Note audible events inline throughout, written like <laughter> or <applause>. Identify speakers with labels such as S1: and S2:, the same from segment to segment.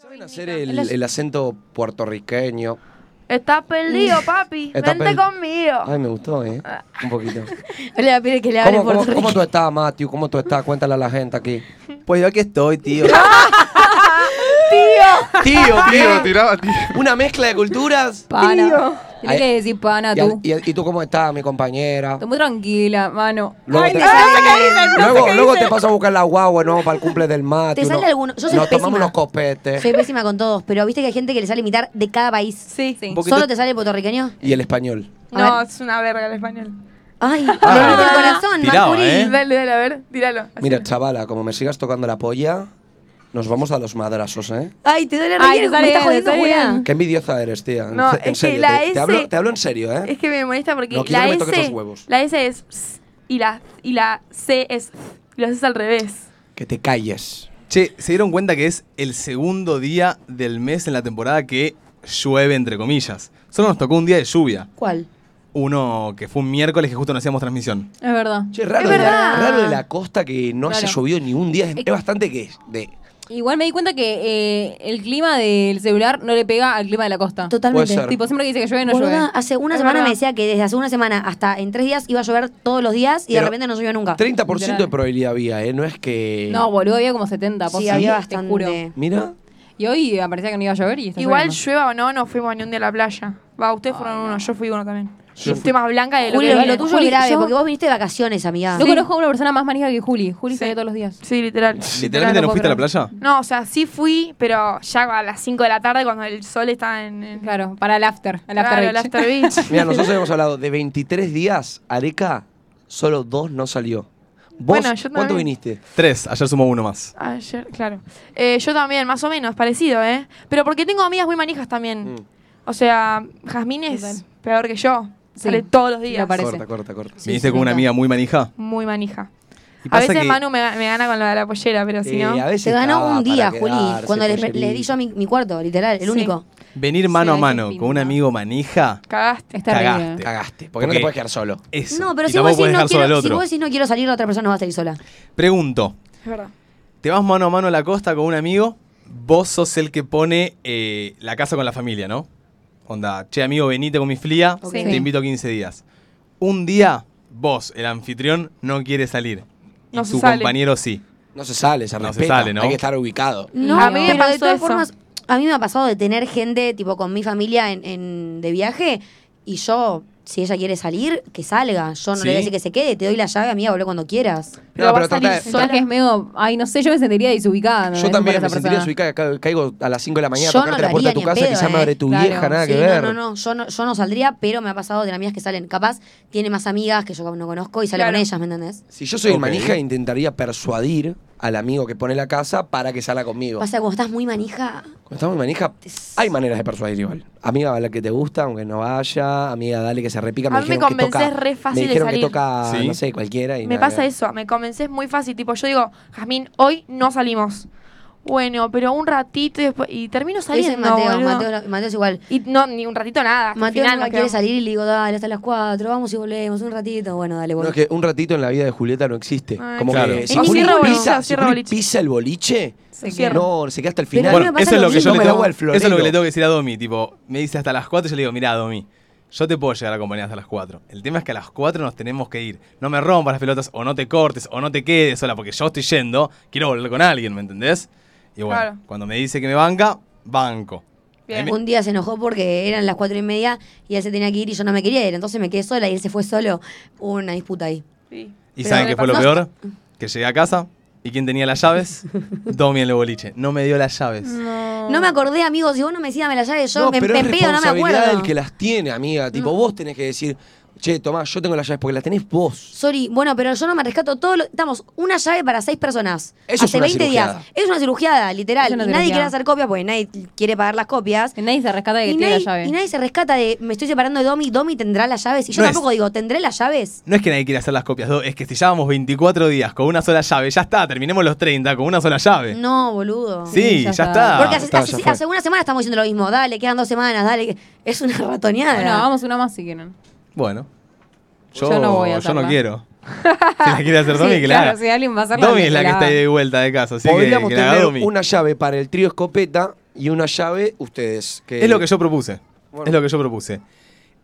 S1: ¿Saben hacer el, el acento puertorriqueño?
S2: Estás perdido, papi.
S1: Está
S2: Vente
S1: perdi-
S2: conmigo.
S3: Oh.
S1: Ay, me gustó, ¿eh?
S3: Ah.
S1: Un
S3: <laughs>
S1: poquito.
S4: <laughs> Le voy a pedir que le hable
S1: ¿Cómo,
S4: por
S1: cómo,
S4: <laughs>
S1: cómo tú estás, Matthew? ¿Cómo tú estás? Cuéntale a la gente
S3: <laughs>
S1: aquí.
S5: Pues yo aquí estoy, tío.
S3: <laughs>
S1: Tío,
S6: Tío,
S1: tío.
S6: tiraba tío.
S1: Una mezcla de culturas.
S4: Pana. Tienes
S1: Ay.
S4: que decir pana
S3: Ah,
S1: Y, al-
S4: tú.
S1: y al- y tú cómo estás, mi compañera?
S4: Estoy muy tranquila, mano.
S1: Luego te,
S3: <laughs>
S1: luego, luego te paso a buscar la guagua, ¿no? Para el cumple del Matthew.
S3: Te sale
S1: ¿no?
S3: alguno- yo soy
S1: Nos tomamos
S3: pésima.
S1: unos
S5: Eh.
S1: copetes.
S3: Soy pésima con todos, pero viste que hay gente que le sale imitar de cada país.
S4: Sí, sí.
S5: poquito-
S3: ¿Solo te sale el puertorriqueño?
S1: Y el español.
S2: No, es una verga el español.
S3: Ay,
S5: Ah.
S3: le mete el corazón,
S5: Tiraba,
S3: Macurí.
S5: ¿eh?
S2: Dale, dale, a ver, tíralo. así.
S1: Mira, chavala, como me sigas tocando la polla, nos vamos a los madrazos, ¿eh?
S3: Ay, te duele
S4: Ay, te
S3: reír, me está
S4: sale bien, te
S3: jodiendo
S4: sale
S3: Julián.
S4: bien.
S1: Qué envidiosa eres, tía. En,
S2: No,
S1: se- en
S2: es que
S1: serio,
S2: la
S1: te, te
S2: S-
S1: hablo, te hablo en serio, ¿eh?
S2: Es que me molesta porque
S1: No quiero
S2: la
S1: que me toques
S2: S,
S1: los huevos.
S2: la S es s, y la y la C es z, y lo haces al revés.
S1: Que te calles.
S5: Che, ¿se dieron cuenta que es el segundo día del mes en la temporada que llueve, entre comillas? Solo nos tocó un día de lluvia.
S3: ¿Cuál?
S5: Uno que fue un miércoles que justo no hacíamos transmisión.
S4: Es verdad.
S1: Che, raro,
S2: Es
S1: de la,
S2: verdad.
S1: raro de la costa que no haya
S4: Claro.
S1: llovido ni un día. Es, es bastante que de.
S4: Igual me di cuenta que eh, el clima del celular no le pega al clima de la costa.
S3: Totalmente.
S1: Puede ser.
S4: Tipo, siempre que dice que llueve, no
S3: Boluda,
S4: llueve.
S3: hace una
S2: Es
S3: semana
S2: verdad.
S3: me decía que desde hace una semana hasta en tres días iba a llover todos los días y de
S1: Pero
S3: repente no llovió
S2: Ah,
S1: 30%
S3: nunca.
S1: de
S4: Literal.
S1: probabilidad había, ¿eh? No es que.
S4: No, boludo, había como 70.
S3: Sí,
S4: posta,
S3: había
S4: te
S3: bastante.
S4: juro.
S1: Mira.
S4: Y hoy parecía que no iba a llover y está
S2: Igual
S4: lloviendo.
S2: llueva o no, no fuimos ni un día a la playa. Va, ustedes fueron uno, yo fui uno también.
S1: Yo
S2: Yo estoy más blanca de lo
S3: Juli,
S2: que
S3: lo
S2: vine.
S3: tuyo
S4: Juli,
S3: es grave,
S4: yo-
S3: porque vos viniste de vacaciones, amiga.
S4: Yo conozco a una persona más manija que Juli. Juli
S2: Sí.
S4: sale todos los días.
S2: Sí, literal.
S5: ¿Literalmente no
S2: puedo
S5: fuiste a la
S2: creer.
S5: playa?
S2: No, o sea, sí fui, pero ya a las 5 de la tarde cuando el sol está en... en-
S4: Claro, para el after. El after,
S2: Claro,
S4: beach.
S2: el
S4: <laughs>
S2: After Beach.
S1: Mira, nosotros hemos hablado de 23 días, Areca, solo dos no salió. ¿Vos
S2: Bueno, yo
S1: cuánto
S2: también.
S1: viniste?
S5: Tres, ayer sumó uno más.
S2: Ayer, claro. Eh, yo también, más o menos, parecido, ¿eh? Pero porque tengo amigas muy manijas también.
S1: Mm.
S2: O sea, Jazmín es
S4: Total.
S2: peor que yo.
S4: Sí.
S2: Sale todos los días.
S4: Lo parece.
S1: Corta, corta, corta.
S5: Viniste con
S4: sí,
S5: una
S4: está.
S5: amiga muy manija.
S2: Muy manija.
S5: Y
S2: A
S5: pasa
S2: veces
S5: que-
S2: Manu me, ga- me gana con la de la pollera, pero si
S1: Eh,
S2: no.
S1: a veces
S3: Te ganó
S1: estaba
S3: un día,
S1: para
S3: Juli,
S1: quedarse,
S3: cuando les,
S1: pollerito.
S3: les di yo mi, mi cuarto, literal, el
S2: Sí.
S3: único.
S5: Venir mano
S4: Sí,
S5: a mano
S4: qué
S5: con un
S4: pinta.
S5: amigo manija,
S2: Cagaste.
S4: Está bien.
S5: Cagaste.
S1: Cagaste, porque no
S5: Porque-
S1: te puedes quedar solo.
S5: eso.
S3: No, pero
S5: Y
S3: si vos,
S5: tampoco podés
S3: decís no
S5: dejar solo al
S3: quiero, si
S5: otro.
S3: vos decís no quiero salir, la otra persona no va a salir sola.
S5: Pregunto,
S2: Es verdad.
S5: te vas mano a mano a la costa con un amigo, vos sos el que pone eh, la casa con la familia, ¿no? Onda, che amigo, venite con mi flia,
S4: Ok.
S5: te invito 15 días. Un día, vos, el anfitrión, no quiere salir. Y
S2: No se
S5: tu
S2: sale.
S5: compañero sí.
S1: No se sale, se
S5: No se
S1: respeta.
S5: sale, ¿no?
S1: Hay que estar ubicado.
S3: No,
S4: A mí me
S3: pero de
S2: pasó
S3: todas
S2: eso.
S3: formas, a mí me ha pasado de tener gente, tipo, con mi familia en, en- de viaje y yo, si ella quiere salir, que salga. Yo no le voy
S5: ¿Sí?
S3: a decir que se quede, te doy la llave, amiga, volvé cuando quieras.
S2: Pero va a
S1: trata de-
S2: salir
S4: Sola que es medio. Ay, no sé, yo me sentiría desubicada. ¿no?
S1: Yo también
S4: Por
S1: me
S4: esa
S1: sentiría
S4: persona.
S1: desubicada, ca- caigo a las 5 de la mañana
S3: Yo
S1: a tocarte
S3: no lo
S1: la puerta de tu
S3: haría ni
S1: casa,
S3: en
S1: quizás
S3: pedo,
S1: me abre tu
S4: Claro.
S1: vieja, nada
S3: Sí,
S1: que ver.
S3: No, no, no, yo no, yo no saldría, pero me ha pasado de amigas que salen. Capaz tiene más amigas que yo no conozco y sale
S2: Claro.
S3: con ellas, ¿me entendés?
S1: Si yo soy el
S5: Ok.
S1: manija, intentaría persuadir al amigo que pone la casa para que salga conmigo.
S3: Pasa que cuando estás muy manija,
S1: Cuando estamos en manija, hay maneras de persuadir igual. Amiga, a la que te gusta, aunque no vaya. Amiga, dale que se repica. Me
S2: A mí me
S1: dijeron que
S2: convencés
S1: toca,
S2: re fácil
S1: Me
S2: de
S1: dijeron
S2: salir.
S1: que toca,
S5: Sí.
S1: no sé, cualquiera. Y
S2: Me
S1: nada que
S2: pasa
S1: ver.
S2: eso, me convences muy fácil. Tipo, yo digo, Jazmín, hoy no salimos. Bueno, pero un ratito y después. Y termino
S3: dice
S2: saliendo.
S3: Mateo,
S2: boludo.
S3: Mateo, lo- Mateo es igual.
S2: Y no, ni un ratito nada. que al
S3: Mateo
S2: final
S3: no
S2: nos
S3: quiere
S2: quedamos.
S3: salir y le digo, dale, hasta las 4, vamos y volvemos, un ratito. Bueno, dale,
S1: No,
S3: volvemos.
S1: es que un ratito en la vida de Julieta no existe.
S2: Ay,
S1: Como
S5: Claro.
S1: que
S5: Es
S1: si
S2: ni
S1: Juli
S2: cierra boliche,
S1: pisa, si
S2: cierra
S1: Juli
S2: boliche.
S1: pisa el boliche,
S2: Se cierra.
S1: no, se queda hasta el
S3: Pero
S1: final.
S3: a mí me
S5: Bueno,
S3: pasa
S5: eso es
S3: lo
S5: lo que yo
S3: mismo,
S5: le
S3: pero-
S5: tengo,
S1: agua al
S5: eso es lo que
S1: florero.
S5: le tengo que decir a Domi, tipo, me dice hasta las 4, yo le digo, mirá Domi, yo te puedo llegar a acompañar hasta las 4. El tema es que a las 4 nos tenemos que ir. No me rompas las pelotas, o no te cortes, o no te quedes sola, porque yo estoy yendo, quiero volver con alguien, ¿me entendés? Y bueno,
S2: Claro.
S5: cuando me dice que me banca, banco.
S2: Bien.
S5: Ahí me-
S3: Un día se enojó porque eran las cuatro y media y él se tenía que ir y yo no me quería ir. Entonces me quedé sola y él se fue solo. Hubo una disputa ahí.
S2: Sí.
S5: ¿Y
S2: Pero
S5: saben
S2: me
S5: qué fue lo
S2: pasó-
S5: peor? Que llegué a casa, ¿y quién tenía las
S3: <laughs>
S5: llaves? Domi en el boliche. No me dio las llaves.
S2: No.
S3: No me acordé, amigos, si vos no me decías, dame la llave, yo
S1: no,
S3: me,
S1: pero
S3: me
S1: es
S3: pedo, no me
S1: responsabilidad
S3: acuerdo. Mm.
S1: del que las tiene, amiga. Tipo, vos tenés que decir, che, Tomás, yo tengo las llaves porque las tenés vos.
S3: Sorry, bueno, pero yo no me rescato todo. lo- Estamos una llave para seis personas.
S1: Eso es
S3: Hace
S1: una
S3: 20
S1: cirugiada.
S3: días. Es una cirugiada, literal.
S4: Es una
S3: y nadie
S4: cirugiada.
S3: quiere hacer copias porque nadie quiere pagar las copias.
S4: Que Nadie se rescata de que
S3: Y
S4: tiene la
S3: nadie,
S4: llave.
S3: y nadie se rescata de me estoy separando de Domi, Domi tendrá las llaves. Y yo
S5: No es-
S3: tampoco digo, ¿tendré las llaves?
S5: No es que nadie quiera hacer las copias, Do- es que si llevábamos 24 días con una sola llave, ya está, terminemos los 30 con una sola llave.
S3: No, boludo.
S5: Sí,
S4: Sí, ya
S5: ya, está.
S4: está.
S3: Porque hace,
S1: está,
S3: hace-
S1: ya fue.
S3: hace una semana estamos diciendo lo mismo. Dale, quedan dos semanas, dale. que- Es una ratoneada.
S4: Bueno, vamos una más si quieren.
S5: Bueno. Yo,
S4: Yo
S5: no
S4: no voy a
S5: Yo no
S4: hacerla.
S5: quiero. <laughs> Si la quiere hacer Domi,
S4: Sí,
S5: que la
S4: claro,
S5: haga.
S4: si alguien va a hacerla,
S5: Domi
S4: que
S5: es la
S4: la
S5: que está
S4: haga.
S5: ahí de vuelta de casa, así que,
S1: Podríamos
S5: que la haga
S1: tener
S5: Domi.
S1: una llave para el trío escopeta y una llave ustedes. Que
S5: Es lo que yo propuse.
S1: Bueno.
S5: Es lo que yo propuse.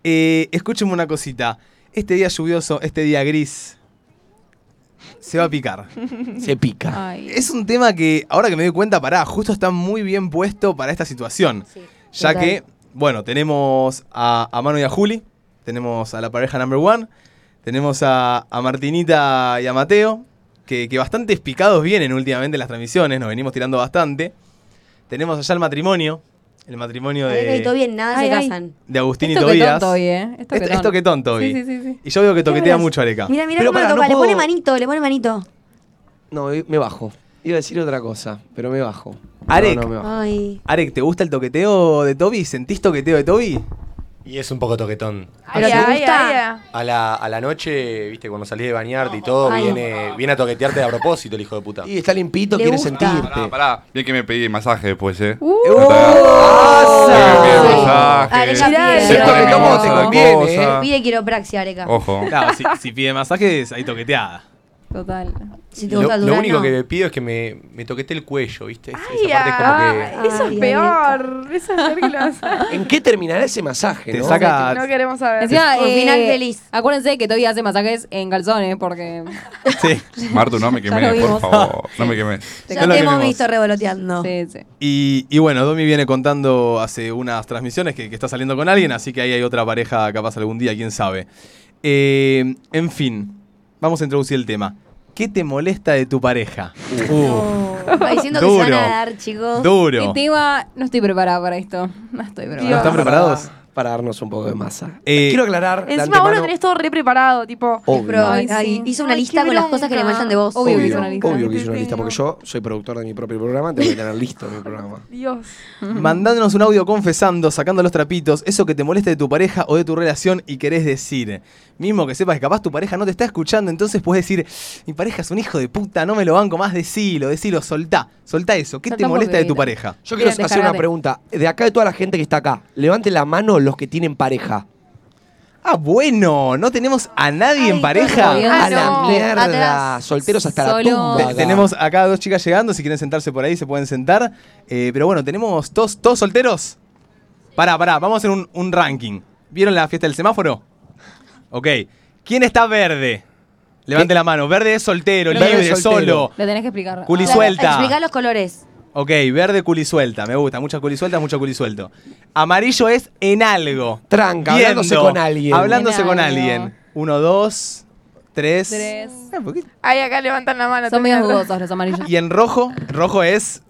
S5: Eh, escúcheme una cosita. Este día lluvioso, este día gris, se va a picar.
S1: Se pica.
S3: Ah.
S4: Ay.
S5: Es un tema que, ahora que me doy cuenta, pará, justo está muy bien puesto para esta situación. ya
S3: total.
S5: que, bueno, tenemos a, a Manu y a Juli, tenemos a la pareja number one, tenemos a, a Martinita y a Mateo, que, que bastantes picados vienen últimamente en las transmisiones, nos venimos tirando bastante. Tenemos allá el matrimonio, el matrimonio
S3: Rebeca y
S5: de,
S3: Toby en nada
S4: Ay,
S3: se
S4: ay.
S3: casan.
S5: de Agustín
S4: Esto
S5: y
S4: que
S5: Tobías.
S4: tonto hoy, ¿eh? Esto que
S5: Esto-
S4: tonto.
S5: esto que tonto hoy.
S4: Sí, sí, sí, sí.
S5: Y yo veo que toquetea
S3: Mirá,
S5: mucho Areca.
S3: Mira, mira
S1: Pero
S3: cómo lo
S1: pará,
S3: toca.
S1: no
S3: Le pone
S1: puedo-
S3: manito, le pone manito.
S1: No, eh, me bajo. Iba a decir otra cosa, pero me bajo.
S5: Arek.
S1: No, no, me bajo.
S3: Ay.
S5: Arek, ¿te gusta el toqueteo de Toby? ¿Sentís toqueteo de Toby?
S6: Y es un poco toquetón.
S3: ¿Pero
S2: Ay,
S3: te
S2: ay,
S3: gusta?
S2: ay, ay.
S6: A la, a la noche, viste, cuando salís de bañarte y todo,
S3: Ay.
S6: viene, viene a toquetearte a propósito el hijo de puta.
S1: Y está limpito,
S3: Ah. Le
S1: quiere
S3: gusta. Oh.
S1: sentirte.
S7: Pará, pará. Bien que me pedí masaje después, eh.
S4: Uh,
S1: ¡Asa!
S7: Bien, bien,
S3: Ah,
S7: masaje.
S3: Alexa
S2: Mirá,
S7: Se
S2: Pero-
S7: pone
S2: Pero-
S7: cómodo,
S2: Pero-
S7: se
S1: conviene,
S7: cosa.
S3: Pide quiropraxia, Areca.
S7: Ojo.
S5: Claro, si, si pide masajes, hay toqueteada.
S4: Total.
S3: Si te
S6: Lo,
S3: gusta el
S6: lo
S3: durazno.
S6: único que le pido es que me, me toquete el cuello, viste. Es-
S2: Ay,
S6: esa parte es
S2: ay,
S6: como
S3: que-
S2: eso
S3: Ay,
S2: es peor. Eso es peor que
S1: <laughs>
S2: lo hace.
S1: ¿En qué terminará ese masaje?
S5: Te
S1: no?
S5: saca-
S2: No queremos saber.
S4: Encima,
S3: Un
S4: eh,
S3: final feliz.
S4: Acuérdense que todavía hace masajes en calzones porque.
S5: Sí.
S7: Martu, no me
S4: Ya lo
S7: quemé, por
S4: vimos.
S7: favor. No me quemé.
S3: Ya
S5: No lo
S3: te hemos
S5: quememos.
S3: visto revoloteando.
S4: Sí, sí.
S5: Y, y bueno, Domi viene contando hace unas transmisiones que, que está saliendo con alguien, así que ahí hay otra pareja capaz algún día, quién sabe. Eh, en fin, vamos a introducir el tema. ¿Qué te molesta de tu pareja? Uh,
S3: <laughs> Va diciendo que se van
S5: Duro.
S3: a dar, chicos.
S5: duro.
S4: ¿Qué tema? No estoy preparada para esto. <laughs> No estoy
S1: ¿No
S4: preparada.
S1: están
S5: Dios.
S1: preparados? Para darnos un poco de masa.
S5: Eh,
S1: Quiero aclarar. de
S2: Encima vos lo
S1: antemano-
S2: tenés todo re preparado, tipo.
S1: Obvio.
S3: Pero
S4: Ay,
S3: ay,
S4: sí.
S3: hizo una
S2: Ay,
S3: lista
S2: qué
S3: con las cosas que le
S2: bronca.
S3: maltan de vos.
S4: Obvio que hizo una lista.
S1: obvio que hice una lista,
S2: Te
S1: porque yo soy productor de mi propio programa, tengo que tener listo mi programa.
S2: Dios.
S5: Mandándonos un audio confesando, sacando los trapitos, eso que te molesta de tu pareja o de tu relación y querés decir. Mismo que sepas que capaz tu pareja no te está escuchando, entonces puedes decir, mi pareja es un hijo de puta, no me lo banco más, decilo, decilo, soltá, soltá eso. ¿Qué
S4: Soltá
S5: te
S4: un
S5: molesta de tu
S4: poquito.
S5: pareja?
S1: Yo quiero
S4: Bien,
S1: hacer una
S4: descargate.
S1: pregunta. De acá de toda la gente que está acá, levante la mano los que tienen pareja.
S5: Ah, bueno, no tenemos a nadie
S3: Ay,
S5: en pareja.
S4: todo bien.
S1: A
S4: Ah,
S1: la
S4: no.
S1: mierda.
S3: Atrás.
S1: Solteros hasta
S4: Solo-
S1: la
S5: Te-
S1: tumba.
S5: tenemos acá dos chicas llegando, si quieren sentarse por ahí se pueden sentar. Eh, pero bueno, tenemos todos, todos solteros. Pará, pará, vamos a hacer un, un ranking. ¿Vieron la fiesta del semáforo? Ok. ¿Quién está verde? Levante la mano. Verde es soltero,
S1: Verde
S5: libre,
S1: es soltero.
S5: solo.
S4: Lo tenés que explicar.
S5: Culi
S4: Ah.
S3: Claro,
S5: suelta.
S3: Explicá los colores.
S5: Ok, verde culisuelta, me gusta. Mucha culisuelta, mucho culisuelto. Amarillo es en algo.
S1: Tranca, hablándose
S5: Viendo,
S1: con alguien.
S5: Hablándose
S4: En
S5: con
S4: algo.
S5: alguien. Uno, dos, tres.
S4: Tres.
S5: Ah, ¿por qué?
S2: Ahí acá levantan la mano.
S4: Son medio
S2: Tatiana.
S4: dudosos los
S3: <laughs>
S4: amarillos.
S5: Y en rojo, rojo es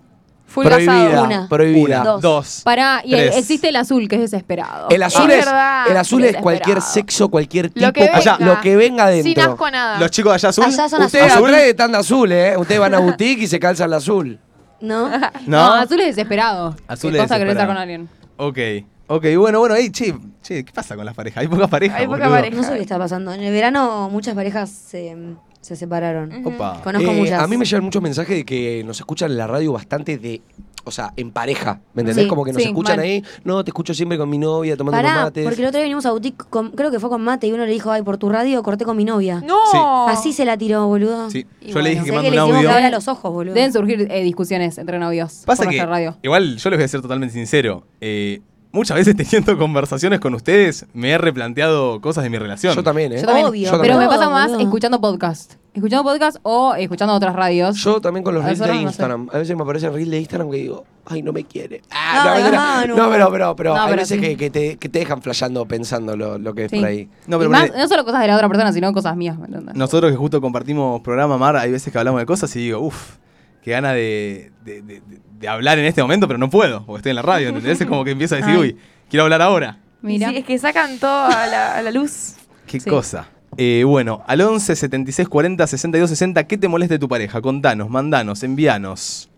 S4: Full
S1: prohibida.
S4: casado.
S3: Una.
S1: Prohibida.
S3: Una. Dos.
S5: dos.
S4: Pará, y el-
S5: Tres.
S4: existe el azul, que es desesperado.
S1: El azul
S2: Es
S1: es,
S2: verdad.
S1: el azul es
S4: Desesperado.
S1: cualquier sexo, cualquier tipo,
S2: Lo que
S1: cual-
S2: venga.
S1: lo que venga adentro.
S2: Sin asco a nada.
S5: Los chicos de allá azul.
S3: Allá son
S1: Ustedes
S3: azul.
S1: atrás están de azul, ¿eh? Ustedes van a boutique y se calzan la azul.
S3: ¿No?
S4: No,
S5: No.
S4: azul es desesperado.
S5: Azul
S4: ¿Qué
S5: es
S4: cosa querés estar
S5: desesperado.
S4: con alguien?
S5: Ok. Ok, bueno, bueno, ey, che, che, ¿qué pasa con las parejas? Hay pocas parejas.
S2: Hay poca
S5: boludo.
S2: pareja.
S3: No sé qué está pasando. En el verano muchas parejas se, se separaron.
S5: Opa.
S3: Conozco
S1: Eh,
S3: muchas.
S1: A mí me llegan muchos mensajes de que nos escuchan en la radio bastante de. O sea, en pareja. ¿Me entendés?
S3: Sí,
S1: Como que nos
S4: sí,
S1: escuchan
S4: mal.
S1: ahí. No, te escucho siempre con mi novia tomando unos
S3: Pará,
S1: mates.
S3: porque el otro día vinimos a Boutique, con- creo que fue con Mate, y uno le dijo, ay, por tu radio corté con mi novia.
S2: No.
S5: Sí.
S3: Así se la tiró, boludo.
S5: Sí,
S4: Y
S5: yo
S4: bueno,
S5: le
S3: Sé
S5: dije que
S3: que
S5: mande
S3: le
S5: un
S3: hicimos
S5: audio.
S3: hablar a los ojos, boludo.
S4: Deben surgir eh, discusiones entre novios
S5: Pasa
S4: por
S5: que,
S4: nuestra radio.
S5: igual yo les voy a ser totalmente sincero. eh, muchas veces <laughs> teniendo conversaciones con ustedes, me he replanteado cosas de mi relación.
S1: Yo también, ¿eh?
S4: Yo también.
S3: Obvio,
S1: Yo
S4: pero
S1: también.
S4: me pasa
S3: Todo,
S4: más
S3: boludo.
S4: escuchando podcast. Escuchando podcast o escuchando otras radios.
S1: Yo también con los
S4: A
S1: reels de
S4: nosotros no sé.
S1: Instagram. A veces me aparecen reels de Instagram que digo, ay, no me quiere. Ah,
S3: No,
S1: no, mentira.
S3: no,
S1: no,
S3: no.
S1: pero, pero, pero
S4: No,
S1: hay
S4: pero
S1: veces
S4: sí.
S1: que, que te, que te dejan flasheando pensando lo, lo que es
S4: Sí.
S1: por ahí.
S5: No,
S4: Y
S5: pero
S4: más-
S5: ponele-
S4: no solo cosas de la otra persona, sino cosas mías, ¿me entendés?
S5: Nosotros que justo compartimos programa, Mar, hay veces que hablamos de cosas y digo, uff, qué gana de, de- de- de hablar en este momento, pero no puedo, porque estoy en la radio, ¿entendés? Es como que empiezo a decir,
S4: Ay.
S5: uy, quiero hablar ahora.
S4: Mira.
S2: Y sí, es que sacan todo a la, a la luz. <laughs>
S5: Qué
S4: Sí.
S5: cosa. Eh, bueno, al 11 76 40 62 60, ¿qué te molesta de tu pareja? Contanos, mandanos, envíanos.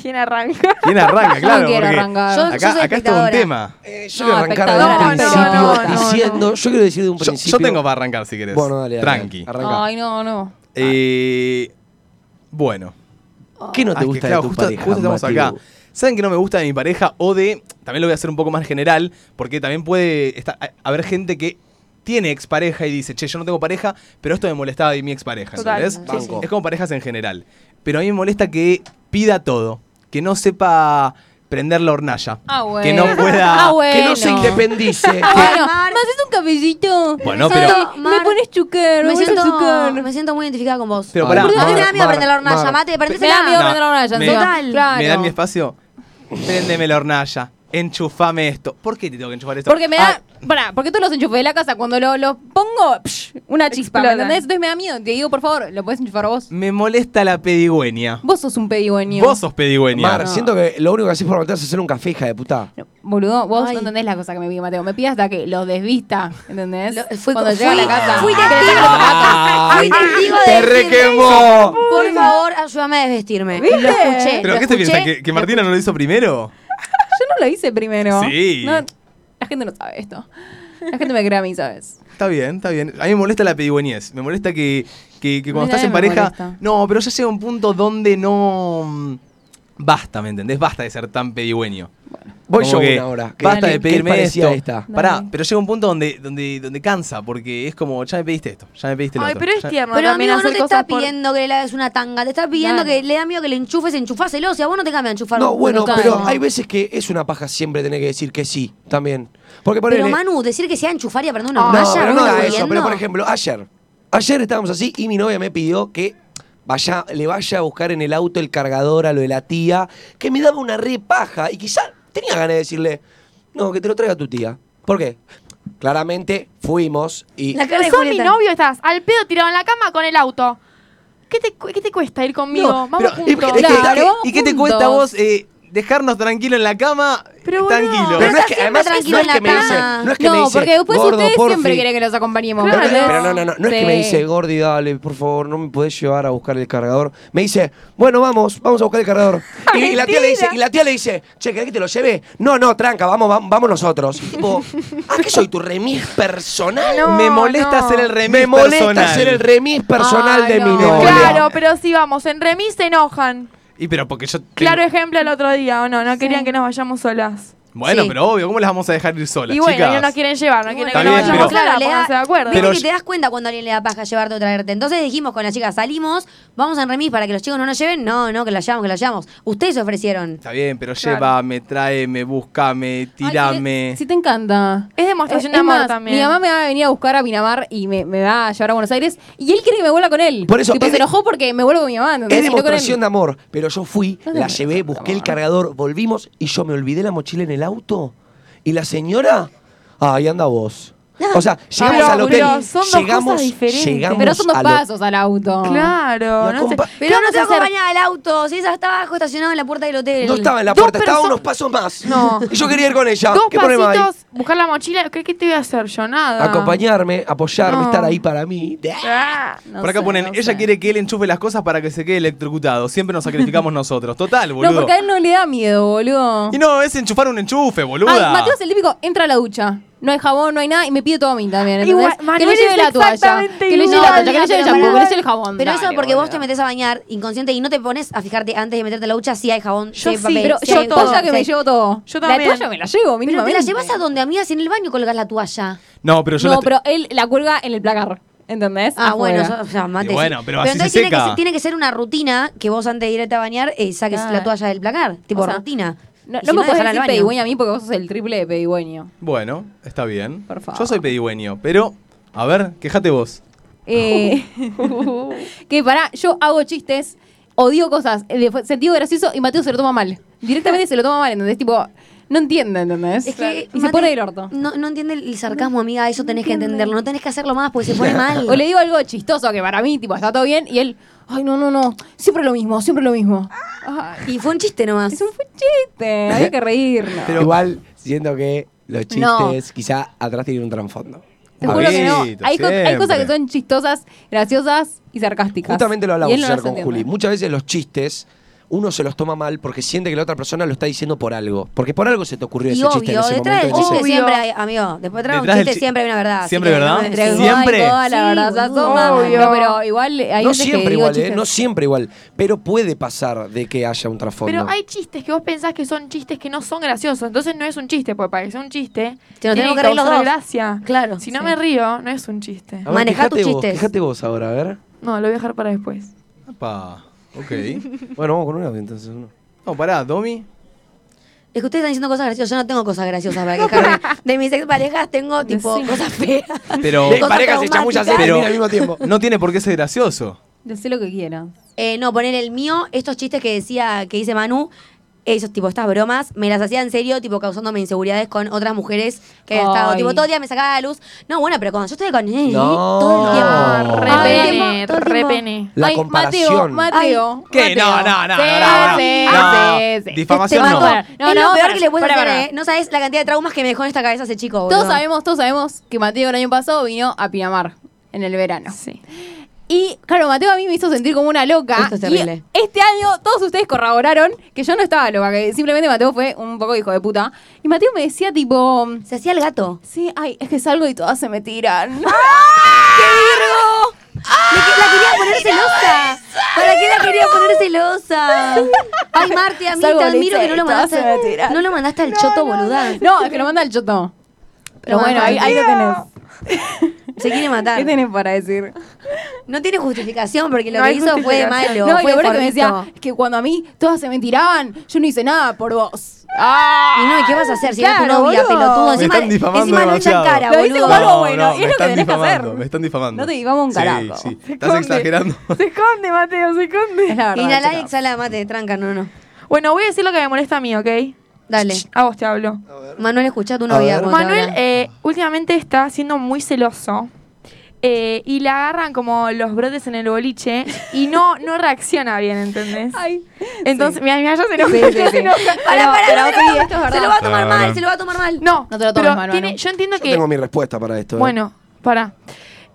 S2: ¿Quién arranca?
S4: <laughs>
S5: ¿Quién arranca?
S4: Yo
S5: Claro,
S4: no quiero
S5: porque
S4: arrancar.
S3: Yo-
S5: Acá,
S3: soy
S5: acá es todo un
S3: espectadora.
S5: tema.
S1: Eh, yo
S4: No,
S1: quiero arrancar de
S4: espectadora,
S1: un
S2: no,
S1: principio
S2: no, no, no.
S1: diciendo. Yo quiero decir de un
S5: Yo, yo
S1: principio.
S5: tengo para arrancar si querés.
S1: Bueno, dale, dale, dale.
S5: Tranqui.
S1: Arranca.
S4: Ay, no, no.
S5: Eh, bueno.
S1: ¿Qué no
S5: Ah,
S1: te
S5: es
S1: gusta
S5: que, claro,
S1: de tu
S5: justo,
S1: pareja,
S5: justo estamos
S1: Mateo?
S5: acá. ¿Saben que no me gusta de mi pareja? O de. También lo voy a hacer un poco más general, porque también puede estar- a- haber gente que tiene expareja y dice, che, yo no tengo pareja, pero esto me molestaba de mi expareja.
S2: Total,
S5: ¿entendés?
S2: sí,
S1: Banco. sí.
S5: Es como parejas en general. Pero a mí me molesta que pida todo, que no sepa prender la hornalla.
S4: Ah, bueno.
S5: Que no pueda.
S4: Ah, bueno.
S1: Que no se independice.
S4: Bueno, me haces un cabellito.
S5: Bueno, pero-
S4: Ay, Me
S3: Mar-
S4: pones chucar, me
S3: Me
S4: pones
S3: siento,
S4: azúcar.
S3: me siento muy identificada con vos.
S5: Pero
S1: Ay,
S5: pará,
S1: Mar-
S3: Porque a mí me da
S1: Mar-
S3: miedo aprender la hornalla,
S1: Mar-
S3: mate,
S4: <laughs>
S3: prendés
S4: Me da miedo
S5: No,
S4: prender la hornalla.
S5: me-
S4: total. Claro.
S5: ¿Me dan mi espacio? Prendeme la hornalla. Enchufame esto. ¿Por qué te tengo que enchufar esto? Ah,
S4: Porque me da. Pará, porque todos los enchufes de la casa, cuando lo- los pongo, psh, una chispa, ¿me
S2: Explotan.
S4: entendés? Entonces me da miedo. Te digo, por favor, ¿lo puedes enchufar vos?
S5: Me molesta la pedigüeña.
S4: Vos sos un pedigüeño.
S5: Vos sos pedigüeña.
S1: Mar, siento que lo único que haces por matar es hacer un café, hija de puta.
S4: No, Boludo, vos
S3: Ay.
S4: no entendés la cosa que me pide Mateo. Me pide hasta que los desvista, ¿entendés?
S3: Lo- fui-
S4: Cuando llega a la
S3: fui-
S4: casa.
S3: fui
S4: <laughs> que
S3: testigo.
S4: le saca los zapatos.
S3: Fui testigo de
S5: ¡Te
S3: decirme,
S5: requemó!
S3: Por favor, ayúdame a desvestirme. Y Lo escuché.
S5: ¿Pero
S3: lo
S5: qué te
S3: escuché.
S5: piensas? ¿Que, que Martina no lo hizo primero?
S4: Yo no lo hice primero.
S5: Sí.
S4: No, la gente no sabe esto. La gente me cree a mí, ¿sabes?
S5: Está bien, está bien. A mí me molesta la pedigüeñez. Me molesta que, que- que
S4: A mí
S5: cuando estás
S4: también
S5: en
S4: me
S5: pareja.
S4: molesta.
S5: No, pero ya llega un punto donde no. mm, Basta, ¿me entendés? Basta de ser tan pedigüeño.
S1: Voy
S5: Como
S1: yo
S5: que
S1: una hora. que-
S5: Basta
S1: que-
S5: de
S1: que
S5: pedirme
S1: parecía
S5: esto.
S1: esta.
S5: Pará,
S4: Dale.
S5: pero llega un punto donde, donde, donde cansa, porque es como, ya me pediste esto, ya me pediste lo
S2: Ay,
S5: otro,
S2: pero es
S5: Este ya-
S2: tierno
S3: Pero
S2: también
S3: amigo, no
S2: hacer
S3: te
S2: cosas
S3: está
S2: por-
S3: pidiendo que le hagas una tanga, te está pidiendo
S4: Claro.
S3: que le da miedo que le enchufes, enchufáselo. Si a vos no te cambia enchufar.
S1: No, bueno,
S3: Total.
S1: pero hay veces que es una paja siempre tener que decir que sí, también. Porque por
S3: Pero Manu, decir que sea enchufar y aprender una
S1: no,
S3: hornalla,
S1: Ah, pero
S3: ¿vos
S1: no
S3: estás
S1: da eso.
S3: jodiendo?
S1: Pero por ejemplo, ayer. Ayer estábamos así y mi novia me pidió que vaya, le vaya a buscar en el auto el cargador a lo de la tía, que me daba una re paja y quizá tenía ganas de decirle, no, que te lo traiga tu tía. ¿Por qué? Claramente fuimos y...
S3: La cara de
S2: Pero sos mi
S3: Julieta.
S2: novio, estás al pedo tirado en la cama con el auto. ¿Qué te, cu- qué te cuesta ir conmigo?
S5: No,
S2: Vamos
S5: pero-
S2: juntos.
S5: ¿Y,
S4: es
S5: qué-
S4: Claro,
S5: qué-
S4: vamos
S5: y qué te
S4: juntos.
S5: cuesta a vos eh, dejarnos tranquilo en la cama?
S2: Pero, boludo,
S5: tranquilo.
S3: Pero
S1: no es
S3: estás
S1: que,
S3: siempre
S1: además,
S3: tranquilo
S1: no es
S3: en
S1: que me
S3: la
S1: dice,
S3: cama.
S1: no es que
S4: no,
S1: me dice,
S4: porque después
S1: "Gordo,
S4: ustedes
S1: porfi".
S4: siempre quieren que los acompañemos.
S1: No,
S2: Claro.
S1: pero,
S4: ¿entendés?
S1: pero no, no, no, no es que me
S4: Sí.
S1: dice, Gordi, dale, por favor, no me podés llevar a buscar el cargador. Me dice, bueno, vamos, vamos a buscar el cargador. Y, y la tía le dice, y la tía le dice, che, ¿querés que te lo lleve? No, no, tranca, vamos, vam- vamos nosotros. Y tipo, ¿ah, que soy tu remis personal?
S2: No,
S5: me molesta
S2: no.
S5: hacer el remis
S1: Me molesta
S5: personal.
S1: ser el remis personal
S4: Ay,
S1: de mi
S4: no.
S1: novia.
S2: Claro, pero si vamos en remis se enojan.
S5: Y pero porque yo... tengo-
S2: Claro ejemplo el otro día, ¿o no? No querían que nos vayamos solas.
S5: Bueno,
S3: Sí.
S5: pero obvio, ¿cómo las vamos a dejar ir solas,
S2: y bueno,
S5: chicas?
S2: no nos quieren llevar, no quieren
S5: Está
S2: que nos
S5: bien,
S2: vayamos
S5: pero-
S2: solas,
S3: le
S2: pónganse de
S3: da-
S2: acuerdo.
S3: viste
S5: Pero-
S3: que te das cuenta cuando a alguien le da paja llevarte o traerte. Entonces dijimos con la chica, salimos, vamos en remis para que los chicos no nos lleven. No, no, que la llevamos, que la llevamos. Ustedes se ofrecieron.
S5: Está bien, pero
S2: Claro.
S5: llévame, tráeme, búscame,
S4: Ay,
S5: tirame.
S4: Sí, sí te encanta.
S2: Es demostración
S4: Eh,
S2: de amor
S4: más,
S2: también.
S4: Mi mamá me va a venir a buscar a Pinamar y me, me va a llevar a Buenos Aires y él quiere que me vuelva con él.
S1: Por eso,
S4: Tipo,
S1: es
S4: se
S1: de-
S4: enojó porque me vuelvo con mi mamá. ¿entendés?
S1: Es
S4: Y no con él.
S1: demostración de amor, pero yo fui,
S4: No es
S1: la
S4: demostración
S1: llevé,
S4: de
S1: busqué el
S4: amor.
S1: cargador, volvimos y yo me olvidé la mochila en el auto. Y la señora, ahí anda vos. O sea, llegamos
S2: Pero,
S1: al hotel,
S2: pero son dos
S1: llegamos,
S2: cosas diferentes.
S1: llegamos
S4: Pero son dos
S1: al ho-
S4: pasos al auto.
S2: Claro,
S1: La
S2: no sé.
S1: compa-
S3: Pero no
S2: vamos
S3: te
S2: a hacer?
S3: acompañaba el auto, si esa estaba abajo estacionado en la puerta del hotel.
S1: No estaba en la
S2: Dos
S1: puerta, estaba
S2: perso-
S1: unos pasos más.
S2: No.
S1: Y yo quería ir con ella.
S2: Dos
S1: ¿Qué problema hay?
S2: pasitos, buscar la mochila. ¿Qué, qué te voy a hacer yo? Nada.
S1: Acompañarme, apoyarme,
S2: No.
S1: estar ahí para mí.
S2: Ah.
S4: No
S5: Por acá
S4: sé,
S5: ponen,
S4: no
S5: ella
S4: sé.
S5: quiere que él enchufe las cosas para que se quede electrocutado. Siempre
S4: <laughs>
S5: nos sacrificamos nosotros. Total, boludo.
S4: No, porque a él no le da miedo, boludo.
S5: Y no, es enchufar un enchufe, boluda.
S4: Ay, Mateo es el típico, entra a la ducha. No hay jabón, no hay nada, y me pide todo a mí también. ¿entendés?
S2: Igual,
S4: que
S2: Manuel
S4: le lleve
S2: es
S4: la toalla.
S2: exactamente
S4: Que le lleve
S2: igual,
S4: la toalla, que le lleve el
S3: pero
S4: shampoo, que le
S3: pará.
S4: lleve el jabón.
S3: Pero eso
S4: Dale,
S3: porque vos
S4: boludo.
S3: te metés a bañar inconsciente y no te pones a fijarte antes de meterte a la ducha si hay jabón,
S2: Yo
S3: si hay
S2: sí,
S3: papel.
S4: Pero
S3: si
S4: yo
S3: hay
S4: toalla
S3: cosas,
S4: que
S3: si
S4: me
S3: hay-
S4: llevo todo.
S2: Yo
S4: La
S2: también.
S4: toalla me la llevo,
S3: Pero te
S4: mínimamente.
S3: la llevas a donde, amigas, en el baño colgas la toalla.
S5: No, pero yo
S4: no,
S5: las-
S4: pero él la cuelga en el placar. ¿Entendés?
S3: Ah,
S4: Afuera.
S3: bueno, eso- o sea, mate.
S5: Y bueno, pero así
S3: entonces
S5: se
S3: tiene, que
S5: seca.
S3: ser, tiene que ser una rutina que vos antes de irte a bañar eh, saques
S4: Claro.
S3: la toalla del placar. Tipo
S4: O sea,
S3: rutina.
S4: No, no
S3: Y si
S4: me puedes
S3: dejala al
S4: decir
S3: baño.
S4: pedigüeño a mí porque vos sos el triple de pedigüeño.
S5: Bueno, está bien.
S4: Por favor.
S5: Yo soy pedigüeño, pero... A ver, quejate vos.
S4: Eh, que pará, yo hago chistes o digo cosas eh, de f- sentido gracioso y Mateo se lo toma mal. Directamente se lo toma mal, ¿entendés? Tipo, no entiende, ¿entendés?
S3: Es que, Mm.
S4: y se
S3: Mate,
S4: pone del orto.
S3: No, no entiende el sarcasmo, amiga. Eso tenés que entenderlo. No tenés que hacerlo más porque se pone mal.
S4: O le digo algo chistoso que para mí, tipo, está todo bien y él, ay, no, no, no, siempre lo mismo, siempre lo mismo. Ay,
S3: Y fue un chiste nomás.
S4: es un chiste, hay que
S1: <laughs>
S4: reírnos.
S1: Igual, siento que los chistes
S4: No.
S1: quizá atrás tienen un trasfondo.
S4: Te juro que no.
S5: Poquito,
S4: Hay, co- hay
S5: siempre.
S4: cosas que son chistosas, graciosas y sarcásticas.
S1: Justamente lo
S4: Y
S1: hablamos
S4: él no
S1: ayer
S4: las
S1: con
S4: entiende.
S1: Juli. Muchas veces los chistes uno se los toma mal porque siente que la otra persona lo está diciendo por algo. Porque por algo se te ocurrió
S3: Y
S1: ese chiste en
S3: obvio,
S1: ese
S3: detrás del
S1: momento.
S3: chiste
S1: decís,
S2: Obvio.
S3: siempre hay, amigo, detrás de un
S5: Detrás del
S3: chiste
S5: chi-
S3: siempre hay una verdad.
S5: Siempre
S3: así que
S5: verdad.
S3: no me-
S4: Entre vos y
S5: Siempre.
S4: vos, la
S3: Sí,
S4: verdad,
S3: boludo.
S4: Sazoma.
S2: Obvio.
S4: No, pero igual hay
S1: no
S4: veces que
S1: siempre
S4: digo
S1: igual, ¿eh?
S4: chistes.
S1: No siempre igual. Pero puede pasar de que haya un trasfondo.
S2: Pero hay chistes que vos pensás que son chistes que no son graciosos. Entonces no es un chiste, porque para que sea un chiste,
S3: Te lo
S2: tiene
S3: tengo que reír los
S2: causar
S3: dos.
S2: gracia.
S3: Claro,
S2: Si no
S3: sí.
S2: me río, no es un chiste.
S1: A ver,
S3: Manejá tus
S1: quejate vos,
S3: chistes.
S1: quejate vos ahora, a ver.
S2: No, lo voy a dejar para después.
S5: Apa, ok.
S4: <laughs>
S1: Bueno, vamos con una entonces. uno.
S5: No, pará, Domi.
S3: Es que ustedes están diciendo cosas graciosas. Yo no tengo cosas graciosas para quejarme. De mis ex parejas tengo, tipo,
S4: Decime.
S3: cosas feas.
S5: Pero-
S1: De
S3: cosas
S1: parejas y chamullas
S3: traumáticas.
S5: Pero-
S1: al mismo tiempo.
S5: No tiene por qué ser gracioso.
S4: Decí lo que quiera.
S3: Eh, no, poner el mío, estos chistes que decía, que dice Manu, esos tipo, estas bromas, me las hacía en serio, tipo, causándome inseguridades con otras mujeres que había estado.
S4: Ay.
S3: Tipo, todo el día me sacaba la luz. No, bueno, pero cuando yo estoy con él,
S1: No.
S3: todo el tiempo.
S2: Ah,
S1: No.
S2: re
S3: Todo el tiempo,
S2: pene,
S3: todo el
S2: re
S3: tiempo.
S2: pene.
S1: La
S4: Ay,
S1: comparación.
S4: Mateo, Mateo.
S5: ¿Qué? No,
S4: Mateo.
S5: no, no, no,
S4: Sí,
S5: no, no.
S4: sí,
S5: No,
S4: sí, sí.
S5: difamación
S4: Te
S5: no.
S4: mato.
S3: es lo peor
S4: para,
S3: que le puedes
S4: para,
S3: hacer,
S4: para.
S3: ¿eh? No sabes la cantidad de traumas que me dejó en esta cabeza ese chico, boludo.
S4: Todos sabemos, todos sabemos que Mateo el año pasado vino a Pinamar en el verano.
S2: Sí.
S4: Y claro, Mateo a mí me hizo sentir como una loca.
S3: Esto es terrible.
S4: Y este año todos ustedes corroboraron que yo no estaba loca, que simplemente Mateo fue un poco hijo de puta. Y Mateo me decía tipo,
S3: Se hacía el gato.
S4: sí, ay, es que salgo y todas se me tiran.
S3: Le que- la quería poner celosa. ¿Para qué la quería poner celosa? Ay, Marti, a mí
S4: Salgo
S3: te
S4: lista
S3: admiro que no
S4: y
S3: lo
S4: todas
S3: mandaste.
S4: se me tiran.
S3: No lo mandaste al choto, boluda.
S4: <laughs> No, es que lo manda el choto. Pero
S3: Lo
S4: bueno,
S3: manda
S4: ahí,
S3: el
S4: ahí lo tenés.
S3: Se quiere matar.
S4: ¿Qué tenés para decir?
S3: No tiene justificación porque lo
S2: No
S3: que
S2: hay
S3: hizo fue de malo.
S2: justificación.
S4: no, y
S3: fue
S4: lo peor es que me decía
S3: forrito.
S4: que cuando a mí todas se me tiraban, yo no hice nada por vos. ¡Ah!
S3: Y no, ¿y qué vas a hacer si era tu
S4: Claro,
S3: novia,
S4: boludo.
S3: pelotudo?
S5: Me
S3: Encima,
S5: están difamando
S3: encima lo echan
S5: demasiado.
S3: cara,
S4: Lo hice
S3: boludo.
S4: como algo bueno, es
S5: me
S4: lo que
S5: están
S4: tenés que
S5: difamando,
S4: hacer.
S5: Me están difamando.
S4: No te difamo un
S5: Sí,
S4: carajo. <laughs>
S5: Sí,
S2: Se
S5: Estás
S2: esconde.
S5: exagerando.
S2: Se esconde, Mateo, se
S4: Es
S2: esconde.
S4: la verdad.
S3: Inhalá y
S4: chicos.
S3: exhala mate, tranca, no, no.
S2: Bueno, voy a decir lo que me molesta a mí, ¿ok?
S3: Dale.
S2: A vos te hablo.
S3: Manuel, escucha a tu
S1: A
S3: novia.
S1: ver.
S3: cuando te
S2: Manuel
S3: habla.
S2: eh, últimamente está siendo muy celoso. eh, y le agarran como los brotes en el boliche y no, no reacciona bien, ¿entendés?
S4: Ay.
S2: Entonces, mira, mira, ya se enoja,
S4: Sí, sí,
S2: ya se
S4: sí.
S2: enoja.
S3: Pará, pará,
S4: Pero,
S3: se
S4: pero,
S3: lo va-
S4: esto es
S3: Se
S4: verdad.
S3: lo va a tomar
S7: Claro.
S3: mal, se lo va a tomar mal.
S2: No,
S4: No te lo tomes
S2: pero
S4: mal, Manu.
S2: tiene, yo entiendo
S1: Yo
S2: que
S1: tengo mi respuesta para esto. ¿eh?
S2: Bueno, para.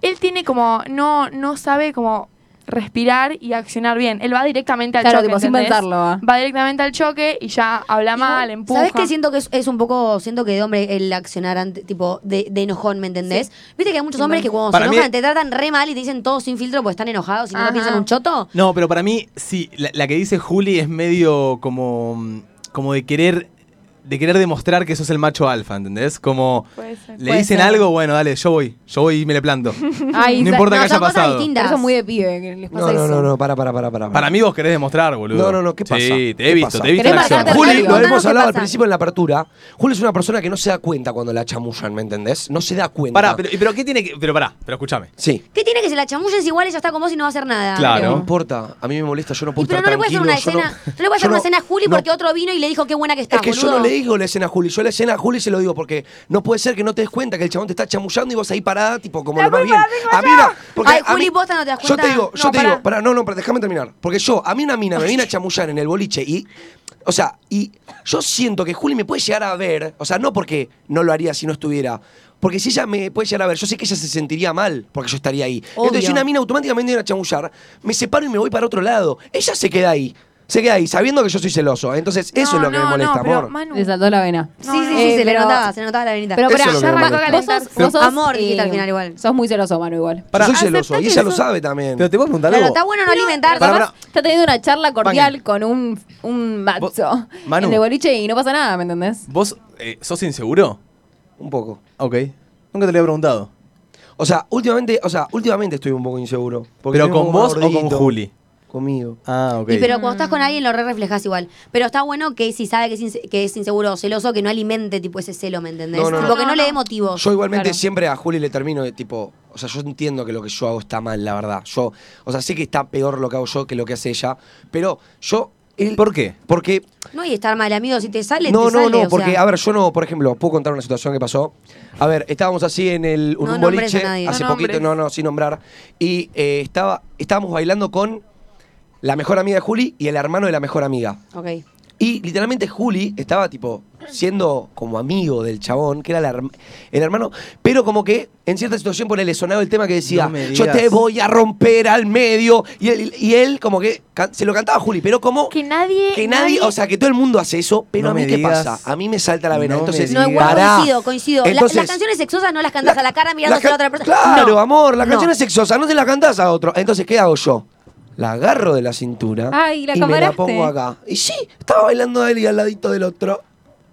S2: Él tiene como, no, no sabe como respirar y accionar bien. Él va directamente al
S4: Claro,
S2: choque.
S4: tipo, sin
S2: ¿entendés?
S4: pensarlo, va.
S2: directamente al choque y ya habla mal, empuja.
S3: ¿Sabes qué? Siento que es, es un poco, siento que de hombre el accionar ante- tipo de, de enojón, ¿me entendés? Viste que hay muchos hombres que cuando
S5: Para
S3: se
S5: mí-
S3: enojan te tratan re mal y te dicen todo sin filtro porque están enojados y no
S2: Ajá.
S3: piensan un choto.
S5: <laughs> No, pero para mí, sí, la, la que dice Juli es medio como, como de querer de querer demostrar que sos el macho alfa, ¿entendés? Como
S2: Puede ser.
S5: le
S4: Puede
S5: dicen
S4: ser.
S5: algo, bueno, dale, yo voy, yo voy y me le
S4: <laughs>
S5: planto.
S4: Ay,
S5: No
S4: sa-
S5: importa
S3: no,
S5: que haya
S3: son cosas
S5: pasado.
S3: distintas.
S4: Pero eso es muy de pibe, que les pasa
S1: No, no,
S4: eso.
S1: no, no, para, para, para, para.
S5: Para mí vos querés demostrar, boludo.
S1: No, no, no, ¿qué pasa?
S5: Sí, te
S1: ¿Qué
S5: he visto,
S1: pasa?
S5: te he visto
S4: ¿Querés
S5: en acción.
S4: marcarte
S1: Juli,
S4: Territorio.
S1: lo hemos
S3: Contanos qué
S1: hablado al
S3: pasa.
S1: principio en la apertura. Juli es una persona que no se da cuenta cuando la chamullan, ¿me entendés? No se da cuenta.
S5: Pará, pero, pero ¿qué tiene que...? Pero pará, pero escúchame.
S1: Sí.
S3: ¿Qué tiene que se la chamullen si igual ella está con vos y no va a hacer nada?
S5: Claro.
S1: No importa, a mí me molesta, yo no
S3: Y
S1: puedo
S3: pero no
S1: estar
S3: le voy a hacer
S1: tranquilo.
S3: una
S1: yo no-
S3: escena, no, le voy a
S1: yo
S3: hacer
S1: no-
S3: una escena a Juli
S1: no-
S3: porque otro vino y le dijo qué buena que estás,
S1: Es que
S3: boludo.
S1: yo no le digo la escena a Juli, yo la escena a Juli se lo digo porque no puede ser que no te des cuenta que el chabón te está chamullando y vos ahí parada, tipo, como lo más bien. A mí una- porque
S3: Ay,
S1: a
S3: Juli,
S1: mí-
S3: posta, no te das
S1: Yo
S3: cuenta.
S1: te digo, yo
S2: No,
S1: te
S2: pará.
S1: digo, pará, no, no, pará, déjame terminar. Porque yo, a mí una mina me viene a chamullar en el boliche y. O sea, y yo siento que Juli me puede llegar a ver, o sea, no porque no lo haría si no estuviera. Porque si ella me puede llegar a ver, yo sé que ella se sentiría mal porque yo estaría ahí. Entonces, si una mina automáticamente viene a chamullar, me separo y me voy para otro lado. Ella se queda ahí. Se queda ahí, sabiendo que yo soy celoso. Entonces, eso
S2: No,
S1: es lo que
S2: no,
S1: me molesta,
S2: no, pero,
S1: amor.
S2: Manu,
S4: Le saltó la vena.
S3: Sí, sí, sí,
S4: Eh,
S3: se le
S4: pero-
S3: notaba, se le notaba la venita.
S4: Pero
S1: Eso
S4: pará,
S1: es lo que me
S4: vos
S1: molesta.
S4: sos,
S2: Pero-
S4: vos sos,
S3: Amor, dijiste
S4: eh,
S3: al final igual.
S4: Sos muy celoso, Mano, igual.
S1: Yo
S5: Pará,
S1: soy celoso y ella lo sabe también.
S5: pero te puedo preguntar
S3: Claro,
S5: algo.
S3: está bueno no alimentarse.
S5: Pará,
S4: Además,
S5: pará.
S4: está teniendo una charla cordial
S5: Banquen.
S4: con un, un macho
S5: Vos- Manu.
S4: en el boliche y no pasa nada, ¿me entendés?
S5: ¿Vos eh, sos inseguro?
S1: Un poco.
S5: Ok. Nunca te lo había preguntado.
S1: O sea, últimamente, o sea, últimamente estoy un poco inseguro. porque
S5: ¿Pero
S1: soy un
S5: con
S1: poco más
S5: vos o con
S1: gordito.
S5: Juli?
S1: Conmigo.
S5: Ah, ok.
S3: Y pero cuando estás con alguien lo re reflejas igual. Pero está bueno que si sabe que es, inse- que es inseguro o celoso, que no alimente tipo ese celo, ¿me entendés?
S1: No, no,
S3: tipo
S1: no.
S3: que no, le dé motivos.
S1: Yo igualmente
S4: Claro.
S1: siempre a Juli le termino de tipo, o sea, yo entiendo que lo que yo hago está mal, la verdad. Yo, o sea, sé que está peor lo que hago yo que lo que hace ella, pero yo él-
S5: ¿Por qué?
S1: porque
S3: No, y estar mal, amigo, si te sale,
S1: no,
S3: te
S1: no,
S3: sale,
S1: no,
S3: o
S1: porque
S3: sea.
S1: a ver, yo no, por ejemplo, puedo contar una situación que pasó. A ver, estábamos así en el en
S3: No
S1: un
S3: nombres
S1: boliche
S3: a nadie.
S1: hace
S2: No
S1: poquito,
S2: nombres.
S1: no, no, sin nombrar, y eh, estaba estábamos bailando con la mejor amiga de Juli y el hermano de la mejor amiga.
S3: Ok.
S1: Y literalmente Juli estaba tipo siendo como amigo del chabón, que era la herm- el hermano, pero como que en cierta situación por él le sonaba el tema que decía,
S5: No me
S1: yo
S5: digas.
S1: te voy a romper al medio. Y él, y él como que can- se lo cantaba a Juli, pero como
S2: Que nadie.
S3: Eh,
S1: que nadie, o sea, que todo el mundo hace eso, pero
S5: No
S1: a mí
S5: me
S1: qué
S5: digas.
S1: pasa? A mí me salta la vena.
S5: No me
S1: Entonces,
S3: No,
S5: digas.
S3: igual
S1: pará.
S3: coincido, coincido. La-
S1: Entonces,
S3: las canciones sexosas no las cantas a la cara mirándose a la
S1: ca-
S3: otra persona.
S1: Claro,
S3: No.
S1: amor, la
S3: No.
S1: canción es sexosa, no te la cantás a otro. Entonces, ¿qué hago yo? La agarro de la cintura
S4: Ay, la
S1: y me la
S4: comparaste.
S1: pongo acá. Y sí, estaba bailando él y al ladito del otro.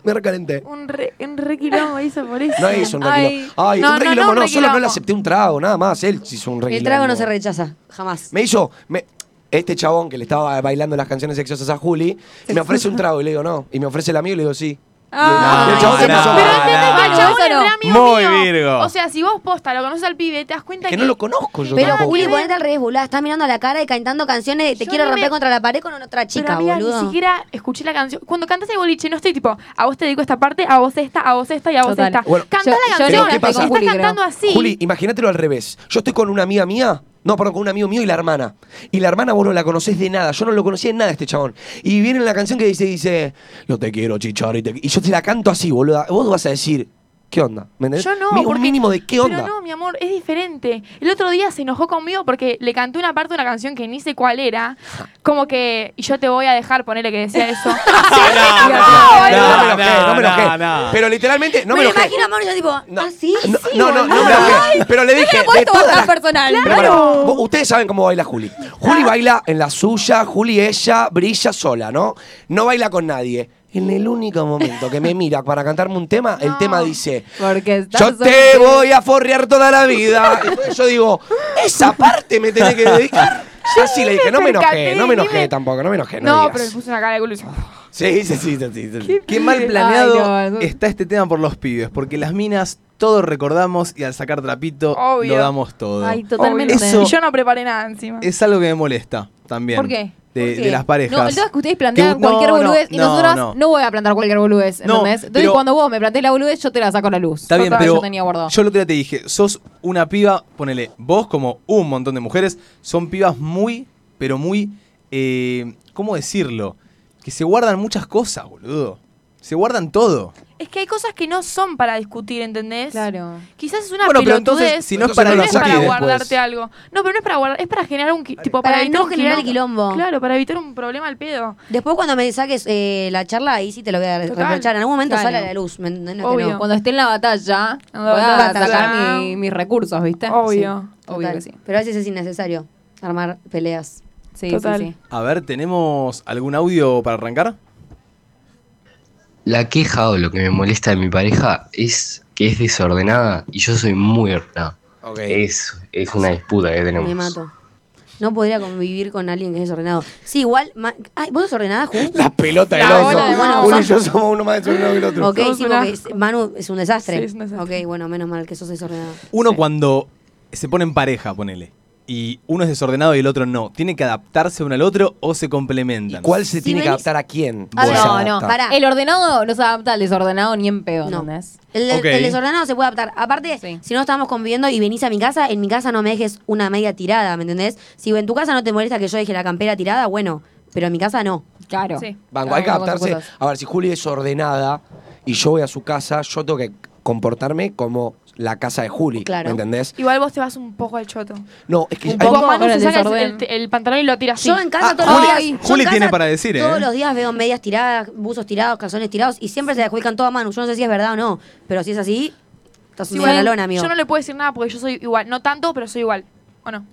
S1: Me recalenté.
S2: Un re, un re quilombo hizo por eso.
S1: No hizo un
S2: Ay.
S1: requilombo. Ay,
S2: No,
S1: un
S2: no, no,
S1: requilombo no,
S2: un
S1: solo no le
S2: requilombo.
S1: acepté un trago, nada más. Él hizo un requilombo.
S3: El trago no se rechaza, jamás.
S1: Me hizo. me- este chabón que le estaba bailando las canciones sexosas a Juli, me ofrece un trago y le digo no. Y me ofrece el amigo y le digo sí.
S4: Ah,
S1: El chabón se
S4: no,
S1: pasó.
S2: Pero
S5: Ah,
S2: entendés
S5: no,
S2: que el
S4: no,
S2: chabón
S4: eso
S2: es
S4: no.
S2: re amigo
S5: Muy
S2: mío.
S5: virgo.
S2: O sea, si vos posta lo conoces al pibe, te das cuenta
S1: Que
S2: que.
S1: no lo conozco yo
S3: Pero
S1: tampoco.
S3: Juli, ponete al revés, boludo. Estás mirando a la cara y cantando canciones de Te
S2: Yo
S3: quiero
S2: no
S3: romper
S2: me-
S3: contra la pared con otra
S2: Pero,
S3: chica,
S2: amiga,
S3: boludo.
S2: ni siquiera escuché la canción. Cuando cantas el boliche, no estoy tipo, a vos te dedico esta parte, a vos esta, a vos esta y a vos
S4: Total.
S2: esta.
S1: Bueno,
S2: Cantás
S4: yo-
S2: la
S4: yo
S1: no
S2: canción,
S1: estoy con
S2: estás
S4: Juli, creo.
S2: cantando así.
S1: Juli, imagínatelo al revés. Yo estoy con una amiga mía, no, perdón, con un amigo mío y la hermana. Y la hermana vos no la conocés de nada. Yo no lo conocía en nada este chabón. Y viene la canción que dice, dice, no te quiero chichar. Y, te- y yo te la canto así, boluda. Vos vas a decir, ¿qué onda? ¿Me entendés?
S2: Yo no,
S1: Mi- Un
S2: porque-
S1: mínimo de qué onda.
S2: Pero no, mi amor, es diferente. El otro día se enojó conmigo porque le canté una parte de una canción que ni sé cuál era. Como que y yo te voy a dejar, ponerle que decía eso. Sí,
S5: no,
S2: me
S5: no,
S2: enojó,
S1: No,
S2: boludo.
S1: me enojé, no me
S5: No,
S1: enojé.
S5: no, no.
S1: Pero literalmente, no me,
S3: me lo
S1: enojé.
S3: imagino a Mauro y yo tipo,
S1: No,
S3: ¿ah, sí?
S1: no,
S3: Sí,
S1: no, no,
S3: boludo.
S1: no me enojé. Pero le dije,
S4: puedo
S1: de todas
S4: votar
S1: las-
S4: personal.
S1: Pero pará, vos- ustedes saben cómo baila Juli. Juli baila en la suya, Juli ella brilla sola, ¿no? No baila con nadie. En el único momento que me mira para cantarme un tema, el
S2: No.
S1: tema dice,
S4: Porque estás
S1: yo te
S4: soltero.
S1: voy a forrear toda la vida. Entonces yo digo, esa parte me tenés que dedicar. Así le dije, no me enojé, no me enojé tampoco, no me enojé, no,
S2: No,
S1: digas.
S2: pero me puse una cara de culo y yo,
S1: Sí, sí, sí, sí, sí, sí.
S5: Qué mal
S4: <laughs> Ay,
S5: planeado
S4: no, eso-
S5: está este tema por los pibes, porque las minas todos recordamos y al sacar trapito
S2: Obvio.
S5: lo damos todo.
S4: Ay, totalmente.
S2: obvio.
S5: Eso-
S2: Y yo no preparé nada encima.
S5: es algo que me molesta también.
S4: ¿Por qué?
S5: De,
S4: ¿Por qué?
S5: de las parejas.
S4: No, el tema es que ustedes plantean
S5: Que- no,
S4: cualquier
S5: no,
S4: boludez y
S5: no,
S4: nosotras
S5: no.
S4: no. voy a plantear cualquier boludez,
S5: No,
S4: ¿entendés? Entonces
S5: pero-
S4: cuando vos me plantees la boludez, yo te la saco a la luz.
S5: Está bien,
S4: Total,
S5: pero
S4: yo tenía guardado.
S5: yo el otro día te dije, sos una piba, ponele, vos como un montón de mujeres, son pibas muy, pero muy, eh, ¿cómo decirlo? Que se guardan muchas cosas, boludo. Se guardan todo.
S2: Es que hay cosas que no son para discutir, ¿entendés?
S4: Claro.
S2: Quizás es una
S5: Bueno, pero
S2: pelotudez.
S5: entonces, si no es
S2: pero
S1: para
S2: no
S1: discutir
S2: para
S1: después.
S2: guardarte
S5: pues.
S2: algo. No, pero no es para guardar, es para generar un qui- tipo
S3: Para
S2: evitar
S3: no
S2: un
S3: generar quilombo.
S2: Claro, para evitar un problema al pedo.
S3: Después cuando me saques eh, la charla, ahí sí te lo voy a
S2: Total.
S3: reprochar. En algún momento
S4: Claro.
S3: sale a la luz, ¿me entendés? No es que
S2: Obvio.
S3: no.
S4: Cuando esté en la batalla,
S2: En la
S4: voy a
S2: batalla.
S4: sacar mi- mis recursos, ¿viste?
S2: Obvio.
S4: Sí, obvio
S3: Total.
S4: que sí.
S3: Pero a veces es innecesario armar peleas.
S4: Sí,
S2: Total.
S4: sí, sí.
S5: A ver, ¿tenemos algún audio para arrancar?
S8: La queja o lo que me molesta de mi pareja es que es desordenada y yo soy muy ordenada.
S1: Ok.
S8: Es, es una disputa que tenemos.
S3: Me mato. No podría convivir con alguien que es desordenado. Sí, igual... ma- Ay, ¿vos sos ordenada, Ju?
S1: La pelota del
S2: La
S1: oso.
S2: bola de
S3: mono.
S1: Uno y yo somos uno más desordenado que el otro.
S3: Ok,
S2: Somos
S3: sí,
S2: una-
S3: porque es- Manu es un desastre.
S2: Sí, es un desastre.
S3: Ok, bueno, menos mal que sos desordenado.
S5: Uno cuando se pone en pareja, ponele, y uno es desordenado y el otro no, ¿tiene que adaptarse uno al otro o se complementan?
S1: ¿Cuál se tiene que
S3: venís-
S1: adaptar a Ah, quién?
S3: A
S1: Vos
S3: ver,
S1: se
S4: No,
S1: adaptás.
S4: no.
S3: Pará.
S4: El ordenado no se adapta al desordenado ni en pedo,
S3: No.
S4: ¿entendés?
S3: El,
S5: Ok.
S3: el desordenado se puede adaptar. Aparte,
S4: Sí.
S3: si no estamos conviviendo y venís a mi casa, en mi casa no me dejes una media tirada, ¿me entendés? Si en tu casa no te molesta que yo deje la campera tirada, bueno, pero en mi casa no.
S4: Claro.
S2: Sí.
S1: Banco, hay que
S4: Cada uno con sus
S1: adaptarse.
S4: cosas.
S1: Ah, A ver, si Juli es ordenada y yo voy a su casa, yo tengo que comportarme como la casa de Juli.
S3: Claro.
S1: ¿Me entendés?
S2: Igual vos te vas un poco al choto.
S1: No, es que.
S4: Un
S1: hay-
S2: Tipo,
S4: poco
S2: Manu
S4: con
S2: se
S4: el
S2: saca el,
S4: desorden.
S2: el- el pantalón y lo tira así.
S3: Yo en casa
S1: Ah,
S3: todos
S1: Juli-
S3: los días. yo
S5: Juli
S3: en
S5: tiene
S3: casa
S5: para decir, ¿eh?
S3: Todos los días veo medias tiradas, buzos tirados, calzones tirados y siempre se le adjudican todo a Manu. Yo no sé si es verdad o no, pero si es así, estás
S2: Sí,
S3: una
S2: igual,
S3: lona, amigo.
S2: Yo no le puedo decir nada porque yo soy igual. No tanto, pero soy igual. ¿O no?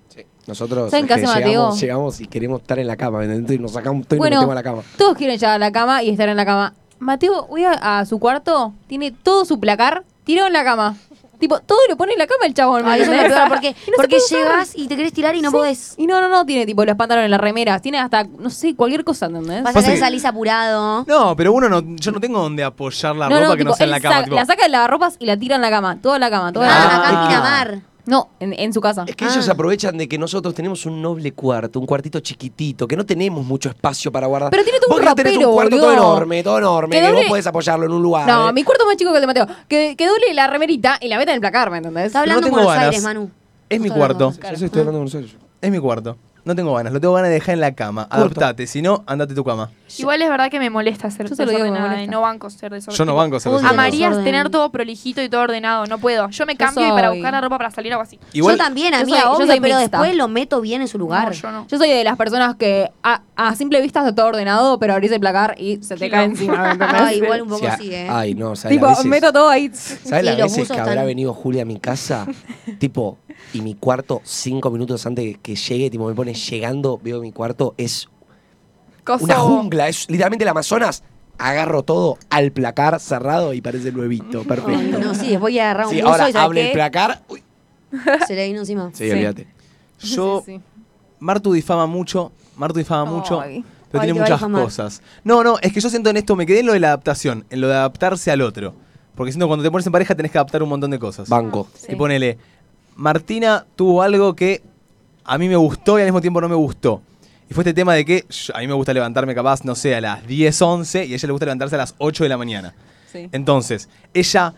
S1: Nosotros
S4: ¿Saben
S1: es
S4: qué
S1: que
S4: hace
S1: llegamos,
S4: Mateo?
S1: llegamos y queremos estar en la cama, ¿me entendés? Y nos sacamos todo y
S4: Bueno,
S1: nos metemos a la cama.
S4: todos quieren llegar a la cama y estar en la cama. Mateo, voy a, a su cuarto, tiene todo su placar tirado en la cama. tipo, todo lo pone en la cama el chabón. ¿me
S3: Ay, eso es lo
S4: entendés?
S3: peor,
S4: <laughs>
S3: porque,
S4: Y no se
S3: porque
S4: puede usar.
S3: llegas y te querés tirar y no
S4: Sí.
S3: podés.
S4: Y no, no, no, tiene tipo los pantalones, las remeras, tiene hasta, no sé, cualquier cosa, ¿entendés?
S3: Vas
S5: Pasa
S3: a que
S5: que-
S3: salís apurado.
S5: No, pero uno no, yo no tengo donde apoyar la
S4: no,
S5: ropa
S4: no,
S5: que no
S4: tipo,
S5: sea en la
S4: él
S5: cama.
S4: saca-
S5: tipo,
S4: la saca de lavarropas y la tira en la cama, toda la cama, toda la
S3: Ah,
S4: cama.
S3: acá en
S5: Ah.
S3: Miramar.
S4: No, en, en su casa.
S1: Es que ellos aprovechan de que nosotros tenemos un noble cuarto, un cuartito chiquitito, que no tenemos mucho espacio para guardar.
S4: Pero tiene todo
S1: Vos
S4: un
S1: que tenés
S4: ropero,
S1: un cuarto todo
S4: boludo.
S1: enorme, todo enorme,
S4: Que
S1: que vos
S4: doble-
S1: podés apoyarlo en un
S3: Ah.
S1: lugar.
S4: No,
S1: ¿eh?
S4: mi cuarto es más chico que el de Mateo. Que, que doble la remerita y la meta en el placar, ¿me entendés?
S3: Está hablando
S5: no
S3: en
S5: tengo
S3: Buenos
S5: ganas.
S3: Aires, Manu.
S5: es mi
S3: Estoy
S5: cuarto,
S3: hablando.
S1: Yo sí estoy hablando de Buenos Aires.
S5: es mi cuarto. No tengo ganas, lo tengo ganas de dejar en la cama. Adaptate, si no, andate a tu cama.
S2: Igual es verdad que me molesta ser
S4: Yo se lo digo que me
S2: desordenada
S4: molesta.
S2: y no banco ser desordenada.
S5: Yo no banco ser
S3: Uy,
S5: desordenado.
S3: María.
S2: Amarías
S3: Desorden.
S2: tener todo prolijito y todo ordenado. No puedo. Yo me cambio y para
S4: soy-
S2: buscar la ropa para salir o algo así.
S5: Igual,
S3: yo también,
S4: yo
S3: amiga,
S4: soy- yo
S3: obvio,
S4: soy
S3: pero
S4: mixta.
S3: después lo meto bien en su lugar.
S2: No, yo no.
S4: Yo soy de las personas que a, a simple vista está todo ordenado, pero abrís el placar y se
S2: Quilombo.
S4: te cae encima. ¿me entendés?
S3: Ay, igual un
S1: O
S3: poco
S1: sea,
S3: sí, ¿eh?
S1: Ay, no, ¿sabes?
S4: Tipo,
S1: las veces-
S4: meto todo ahí.
S1: ¿Sabes
S3: Sí,
S1: las
S3: los
S1: veces
S3: buzos
S1: que habrá
S3: están-
S1: venido Julia a mi
S4: <laughs>
S1: casa? tipo, y mi cuarto, cinco minutos antes que llegue, tipo, me pone llegando, veo mi cuarto, es
S2: Coso-
S1: una jungla, es literalmente el Amazonas. Agarro todo al placar cerrado y parece
S4: <laughs>
S1: nuevito,
S3: Ay,
S1: perfecto.
S3: no, sí, después voy a agarrar un
S1: Sí,
S3: buzo
S1: ahora
S3: y ¿sabes
S1: abre el
S3: qué?
S1: placar. uy,
S3: Se le vino encima.
S1: sí, olvídate.
S5: yo. Martu difama mucho, Martu difama mucho. pero
S3: Ay,
S5: tiene
S3: te va a
S5: muchas
S3: difamar.
S5: cosas. No, no, es que yo siento en esto, me quedé en lo de la adaptación, en lo de adaptarse al otro. Porque siento que cuando te pones en pareja tenés que adaptar un montón de cosas.
S1: Banco.
S5: Y ponele, Martina tuvo algo que a mí me gustó y al mismo tiempo no me gustó. Y fue este tema de que yo- a mí me gusta levantarme capaz, no sé, a las 10, 11 y a ella le gusta levantarse a las 8 de la mañana.
S9: Sí.
S5: Entonces, ella,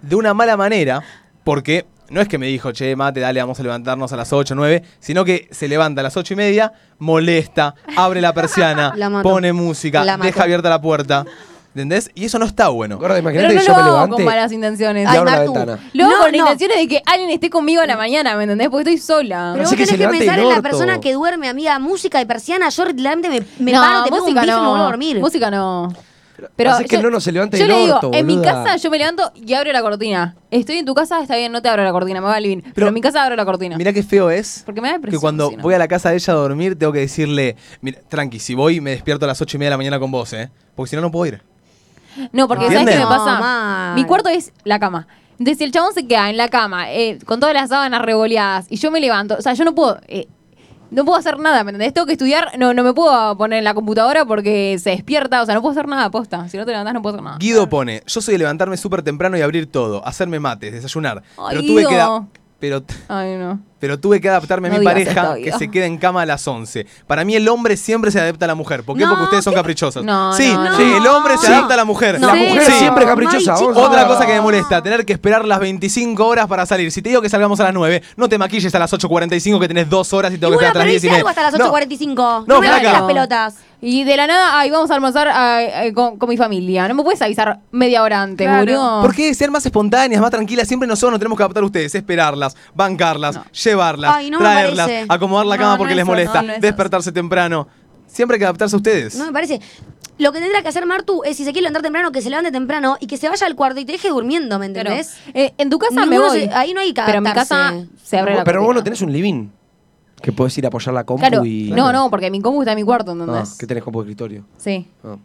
S5: de una mala manera, porque no es que me dijo, che, mate, dale, vamos a levantarnos a las 8, 9, sino que se levanta a las 8 y media, molesta, abre la persiana,
S3: <laughs> La mato.
S5: pone música,
S3: La mato.
S5: deja abierta la puerta. ¿Entendés? Y eso no está bueno.
S1: Gorda,
S4: Pero
S1: imagínate que
S4: no lo
S1: yo me
S4: hago con
S1: levante.
S4: malas intenciones.
S1: Y
S3: Ay,
S1: abro la
S3: Martu.
S1: ventana.
S4: Lo hago
S3: No,
S4: con
S3: no.
S4: intenciones de que alguien esté conmigo a la mañana, ¿me entendés? Porque estoy sola.
S1: No
S3: Pero vos
S1: sé que
S3: tenés
S1: se
S3: que
S1: levante
S3: pensar
S1: el
S3: en la
S1: orto.
S3: persona que duerme, amiga. Música de persiana. Yo literalmente me, me
S4: no,
S3: paro, te pego un
S4: música
S3: bife y me
S4: no.
S3: vuelvo a dormir.
S4: Música no.
S1: Pero es que no nos se levante
S4: yo
S1: el
S4: le digo,
S1: orto,
S4: en mi
S1: boluda.
S4: casa yo me levanto y abro la cortina. Estoy en tu casa, está bien, no te abro la cortina, me va Alvin. Pero,
S5: Pero-
S4: en mi casa abro la cortina.
S5: Mirá qué feo es.
S4: Porque me da depresión,
S5: Que cuando
S4: si no.
S5: voy a la casa de ella a dormir, tengo que decirle, mira, tranqui, si voy me despierto a las 8 y media de la mañana con vos, ¿eh? Porque si no, no puedo ir.
S4: No, porque ¿sabes qué
S5: ¿Entienden?
S4: me pasa?
S3: No, mal.
S4: Mi cuarto es la cama. Entonces, si el chabón se queda en la cama, eh, con todas las sábanas revoleadas, y yo me levanto, o sea, yo no puedo. eh, no puedo hacer nada, ¿me entendés? Tengo que estudiar, no, no me puedo poner en la computadora porque se despierta, o sea, no puedo hacer nada, posta. Si no te levantás, no puedo hacer nada.
S5: Guido pone, yo soy de levantarme súper temprano y abrir todo, hacerme mates, desayunar.
S4: Ay,
S5: pero tuve que
S4: Guido.
S5: da- pero,
S4: Ay, no.
S5: pero tuve que adaptarme a
S4: No
S5: mi
S4: digas
S5: pareja
S4: esto,
S5: que
S4: Guido.
S5: se queda en cama a las 11. Para mí el hombre siempre se adapta a la mujer. ¿Por qué?
S3: No,
S5: Porque ustedes son
S3: ¿qué?
S5: caprichosos.
S4: No,
S5: sí,
S4: no,
S5: sí,
S3: no.
S5: el hombre se
S1: Sí.
S5: adapta a la mujer.
S1: La mujer
S5: Sí.
S1: siempre
S3: No,
S1: caprichosa.
S3: Mari,
S1: vos.
S3: chicos.
S5: Otra cosa que me molesta, tener que esperar las 25 horas para salir. Si te digo que salgamos a las 9, no te maquilles a las 8.45 que tenés dos horas y
S3: Y
S5: tengo que
S3: bueno,
S5: esperar hasta
S3: pero
S5: las 10 y
S3: hice
S5: media.
S3: algo hasta las
S5: No,
S3: 8.45. No,
S5: No,
S3: me
S5: flaca.
S3: rompan las pelotas.
S4: Y de la nada, ay, vamos a almorzar ay, ay, con, con mi familia. No me puedes avisar media hora antes,
S2: Claro.
S4: boludo.
S5: ¿Por qué ser más espontáneas, más tranquilas? Siempre nosotros nos tenemos que adaptar a ustedes, esperarlas, bancarlas, llevarlas,
S3: Ay, no me
S5: traerlas,
S3: parece.
S5: acomodar la cama
S9: No, no
S5: porque
S9: es
S5: les
S9: eso,
S5: molesta,
S9: no, no es
S5: despertarse temprano. Siempre hay que adaptarse a ustedes.
S3: No me parece. Lo que tendrá que hacer Martu es, si se quiere levantar temprano, que se levante temprano y que se vaya al cuarto y te deje durmiendo, ¿me
S4: Claro.
S3: entendés?
S4: Eh, en tu casa me
S3: Ninguno
S4: voy.
S3: se- ahí no hay que
S4: Pero en mi casa
S3: adaptarse.
S4: se abre la
S1: Pero vos no
S4: cortina.
S1: tenés un living que podés ir a apoyar la compu
S4: Claro,
S1: y.
S4: no, no, porque mi compu está en mi cuarto,
S1: Ah,
S4: ¿entendés?
S1: que tenés compu de escritorio.
S4: Sí,
S1: Ah.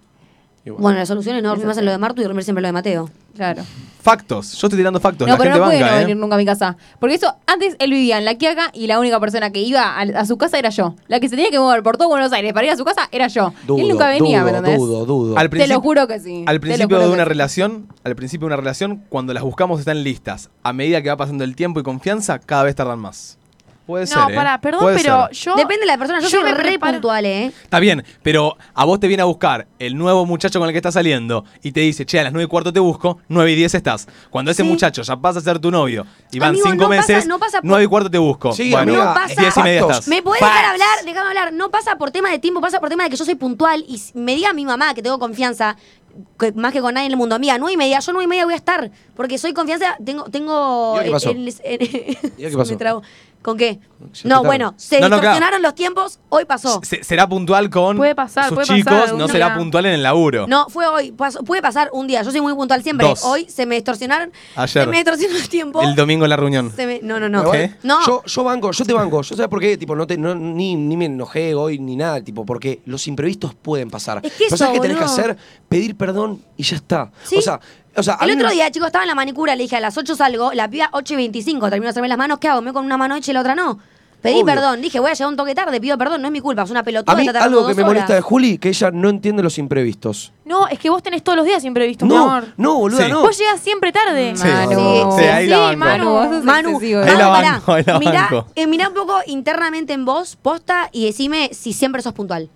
S1: Y bueno.
S3: Bueno, la solución es no dormir más en lo de Martu y dormir siempre en lo de Mateo.
S4: claro.
S5: Factos. Yo estoy tirando factos.
S4: No,
S5: la
S4: pero
S5: gente
S4: no puede
S5: banca,
S4: no
S5: ¿eh?
S4: venir nunca a mi casa. Porque eso, antes él vivía en la Quiaca y la única persona que iba a, a su casa era yo. La que se tenía que mover por todo Buenos Aires para ir a su casa era yo. Y él nunca venía, ¿me
S1: dudo,
S4: entendés?
S1: dudo, dudo.
S5: Al
S4: Te
S5: principio-
S4: lo juro que sí. te lo juro
S5: Al principio de
S4: que
S5: una
S4: sí.
S5: relación, al principio de una relación, cuando las buscamos están listas. A medida que va pasando el tiempo y confianza, cada vez tardan más. Puede ser.
S2: No,
S5: ¿eh?
S2: pará, perdón,
S5: Puede
S2: pero
S5: ser.
S2: yo.
S3: Depende de la persona. Yo,
S2: yo
S3: soy
S2: me
S3: re
S2: preparo-
S3: puntual, ¿eh?
S5: Está bien, pero a vos te viene a buscar el nuevo muchacho con el que estás saliendo y te dice, che, a las 9 y cuarto te busco, 9 y 10 estás. Cuando ese
S3: Sí.
S5: muchacho ya pasa a ser tu novio y van
S3: Amigo,
S5: 5
S3: no pasa-
S5: meses,
S3: no pasa por-
S5: 9 y cuarto te busco.
S1: Sí,
S5: bueno,
S1: amiga,
S3: no pasa-
S5: 10 y media
S1: Factos.
S5: estás.
S3: ¿Me puedes dejar hablar? Déjame hablar. No pasa por tema de tiempo, pasa por tema de que yo soy puntual y si me diga mi mamá que tengo confianza, que- más que con nadie en el mundo. Amiga, nueve y media, yo nueve y media voy a estar. Porque soy confianza, tengo, tengo. eh,
S1: ¿Y ahora qué pasó?
S3: en- en- en-
S1: ¿Y
S3: <laughs>
S1: ahora qué pasó?
S3: me trabo. ¿Con qué?
S1: Ya
S3: No,
S1: está.
S3: bueno, se
S5: No, no, claro.
S3: distorsionaron los tiempos, hoy pasó.
S5: Se- Será puntual con
S2: Puede pasar,
S5: sus
S2: puede pasar,
S5: chicos, no
S2: alguna-
S5: será puntual en el laburo.
S3: No, fue hoy. Pasó- puede pasar un día. Yo soy muy puntual siempre.
S5: Dos.
S3: Hoy se me distorsionaron.
S5: Ayer.
S3: Se me distorsionó el tiempo.
S5: El domingo en la reunión.
S3: Se me- no, no, no.
S5: ¿Qué?
S3: No.
S1: Yo, yo banco, yo te banco. Yo sabes por qué, tipo, no te, no- ni, ni me enojé hoy ni nada, tipo, porque los imprevistos pueden pasar.
S3: Es que
S1: Pero
S3: eso,
S1: ¿sabes qué tenés que
S3: boludo.
S1: hacer? Pedir perdón y ya está.
S3: Sí.
S1: O sea, o sea, a
S3: El
S1: mí
S3: otro
S1: me-
S3: día, chicos, estaba en la manicura, le dije a las 8 salgo, la piba 8 y 25, termino de hacerme las manos, ¿qué hago? Me voy con una mano hecha y la otra no. Pedí
S1: Obvio.
S3: perdón, dije, voy a llegar un toque tarde, pido perdón, no es mi culpa, es una pelotuda.
S1: A mí
S3: está tardando
S1: algo que
S3: dos
S1: me molesta de
S3: horas.
S1: Juli, que ella no entiende los imprevistos.
S2: No, es que vos tenés todos los días imprevisto, mi
S1: No,
S2: amor.
S1: no, boluda,
S5: Sí.
S1: no.
S2: Vos llegas siempre tarde.
S5: Sí.
S4: Manu.
S5: Sí, ahí la banco.
S2: Manu.
S4: vos sos
S3: Manu,
S4: excesivo,
S5: Ahí
S4: ¿eh?
S5: la
S3: Manu, pará.
S5: banco, ahí la
S3: mirá,
S5: banco.
S3: eh, mirá un poco internamente en vos, posta, y decime si siempre sos puntual.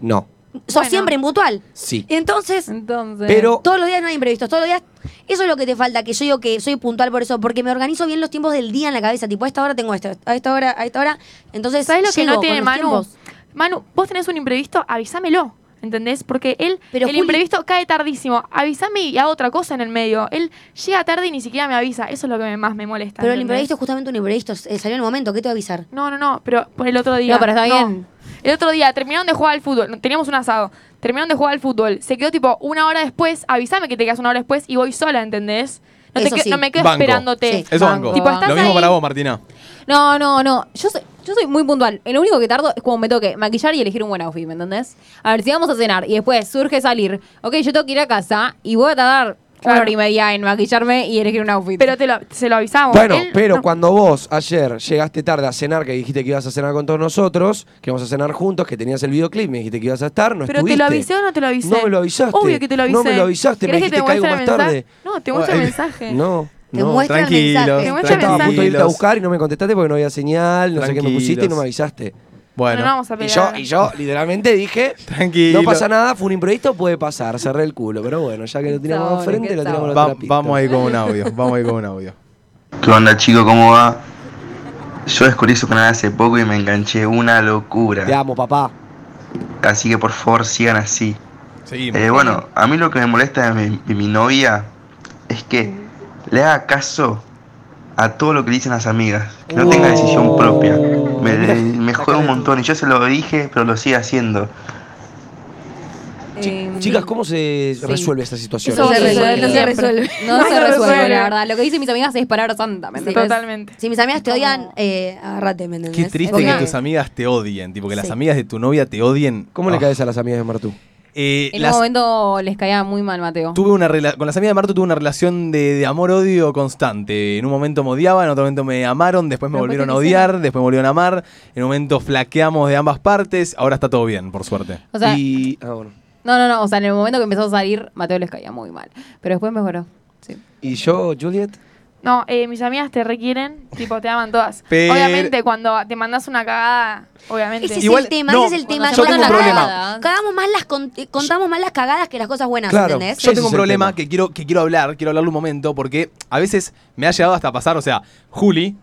S1: No,
S3: Sos siempre impuntual.
S1: sí.
S3: Entonces,
S4: Entonces.
S1: Pero
S3: todos los días no hay imprevistos, todos los días. Eso es lo que te falta, que yo digo que soy puntual por eso, porque me organizo bien los tiempos del día en la cabeza. Tipo, a esta hora tengo esto, a esta hora, a esta hora. Entonces,
S2: ¿Sabés lo que
S3: llego
S2: no
S3: con
S2: tiene
S3: los
S2: Manu?
S3: tiempos.
S2: Manu, vos tenés un imprevisto, avísamelo. ¿Entendés? Porque él,
S3: Pero,
S2: el
S3: Juli-
S2: imprevisto cae tardísimo. Avísame y hago otra cosa en el medio. Él llega tarde y ni siquiera me avisa. Eso es lo que me- más me molesta.
S3: Pero el
S2: ¿entendés?
S3: imprevisto es justamente un imprevisto. eh, salió en el momento, ¿qué te va a avisar?
S2: No, no, no, pero por el otro día.
S4: No, pero está bien.
S2: El otro día terminaron de jugar al fútbol. no, Teníamos un asado. Terminaron de jugar al fútbol. Se quedó tipo una hora después. Avísame que te quedas una hora después y voy sola, ¿entendés? No, te
S3: Eso
S2: qued-
S3: sí.
S2: no me quedo
S5: Banco.
S2: esperándote.
S3: Sí.
S5: Eso
S4: Banco,
S5: banco.
S4: Tipo,
S2: estás
S5: Lo mismo
S2: ahí-
S5: para vos, Martina.
S4: No, no, no. Yo soy, yo soy muy puntual. Lo único que tardo es cuando me toque maquillar y elegir un buen outfit, ¿me entendés? A ver, si vamos a cenar y después surge salir, ok, yo tengo que ir a casa y voy a tardar una
S2: Claro.
S4: hora y media en maquillarme y elegir un outfit.
S2: Pero te lo, se lo avisamos.
S1: Bueno,
S2: Él
S1: pero
S2: no-
S1: cuando vos ayer llegaste tarde a cenar, que dijiste que ibas a cenar con todos nosotros, que íbamos a cenar juntos, que tenías el videoclip, me dijiste que ibas a estar, no
S2: ¿Pero te
S1: estuviste.
S2: lo avisé o no te lo avisé?
S1: No me lo avisaste.
S2: Obvio que te lo avisé.
S1: No me lo avisaste, me
S2: ¿Querés
S1: dijiste que,
S2: te
S1: caigo
S2: muestre
S1: más
S2: el
S1: tarde.
S2: mensaje? No, te muestra el
S5: Ay.
S2: mensaje.
S1: No,
S3: Te
S1: no.
S3: muestra el
S5: Tranquilos,
S3: mensaje.
S2: muestra el
S1: Estaba a punto de irte a
S5: tranquilos.
S1: buscar y no me contestaste porque no había señal, no sé qué me pusiste y no me avisaste.
S2: No, no
S5: Bueno,
S2: vamos a
S1: Y
S2: pelear.
S1: yo, y yo literalmente dije,
S5: Tranquilo.
S1: no pasa nada, fue un imprevisto, puede pasar, cerré el culo. Pero bueno, ya que lo tiramos
S4: Sobre,
S1: enfrente,
S4: qué
S1: lo tiramos a la
S5: Va-
S1: otra pista.
S5: vamos a ir con un audio. Vamos a ir con un audio.
S9: ¿Qué onda, chico? ¿Cómo va? Yo descubrí su canal hace poco y me enganché una
S1: Te
S9: locura.
S1: amo, papá.
S9: Así que por favor sigan así.
S5: Seguimos.
S9: Eh, bueno, a mí lo que me molesta de mi, de mi novia es que le haga caso a todo lo que le dicen las amigas. Que no tenga
S5: Oh.
S9: decisión propia. Me, me jode un montón y yo se lo dije, pero lo sigue haciendo.
S4: Eh,
S1: Chicas, ¿cómo se
S4: Sí.
S1: resuelve esta situación?
S4: eso
S3: No se
S4: eso
S3: resuelve.
S4: No se resuelve. No se resuelve,
S2: resuelve.
S4: la verdad. Lo que dicen mis amigas es palabra santa, ¿me entendés?
S2: Totalmente.
S3: Si mis amigas te odian, eh, agárrate, ¿me
S5: Qué
S3: entendés?
S5: triste
S3: Porque-
S5: que tus amigas te odien. Tipo, que las
S3: Sí.
S5: amigas de tu novia te odien.
S1: ¿Cómo le
S5: Ah.
S1: caes a las amigas de Martú?
S5: Eh,
S4: En
S5: las-
S4: un momento les caía muy mal, Mateo.
S5: Tuve una rela- con las amigas de Marto tuve una relación de, de amor-odio constante. En un momento me odiaban, en otro momento me amaron, después me
S4: Pero
S5: volvieron a
S4: después te quisieron.
S5: odiar, después me volvieron a amar. En un momento flaqueamos de ambas partes, ahora está todo bien, por suerte.
S4: O sea,
S1: y. Ah, bueno.
S4: no, no, no. O sea, en el momento que empezó a salir, Mateo les caía muy mal. Pero después mejoró. Sí.
S1: ¿Y yo, Juliet?
S2: No, eh, mis amigas te requieren, tipo, te aman todas.
S5: Pero-
S2: Obviamente, cuando te mandas una cagada, obviamente.
S3: Ese es
S5: Igual-
S3: el tema,
S5: no,
S3: ese es el tema.
S4: cuando
S5: yo
S3: Yo
S5: tengo un
S3: cagada-
S4: problema.
S3: Cagamos más las con- eh, contamos más las cagadas que las cosas buenas,
S1: Claro.
S3: ¿entendés?
S1: Yo-
S5: Yo
S1: Ese
S5: tengo
S1: es
S5: un
S1: el
S5: problema
S1: tema.
S5: que quiero, que quiero hablar, quiero hablarlo un momento, porque a veces me ha llegado hasta a pasar, o sea, Juli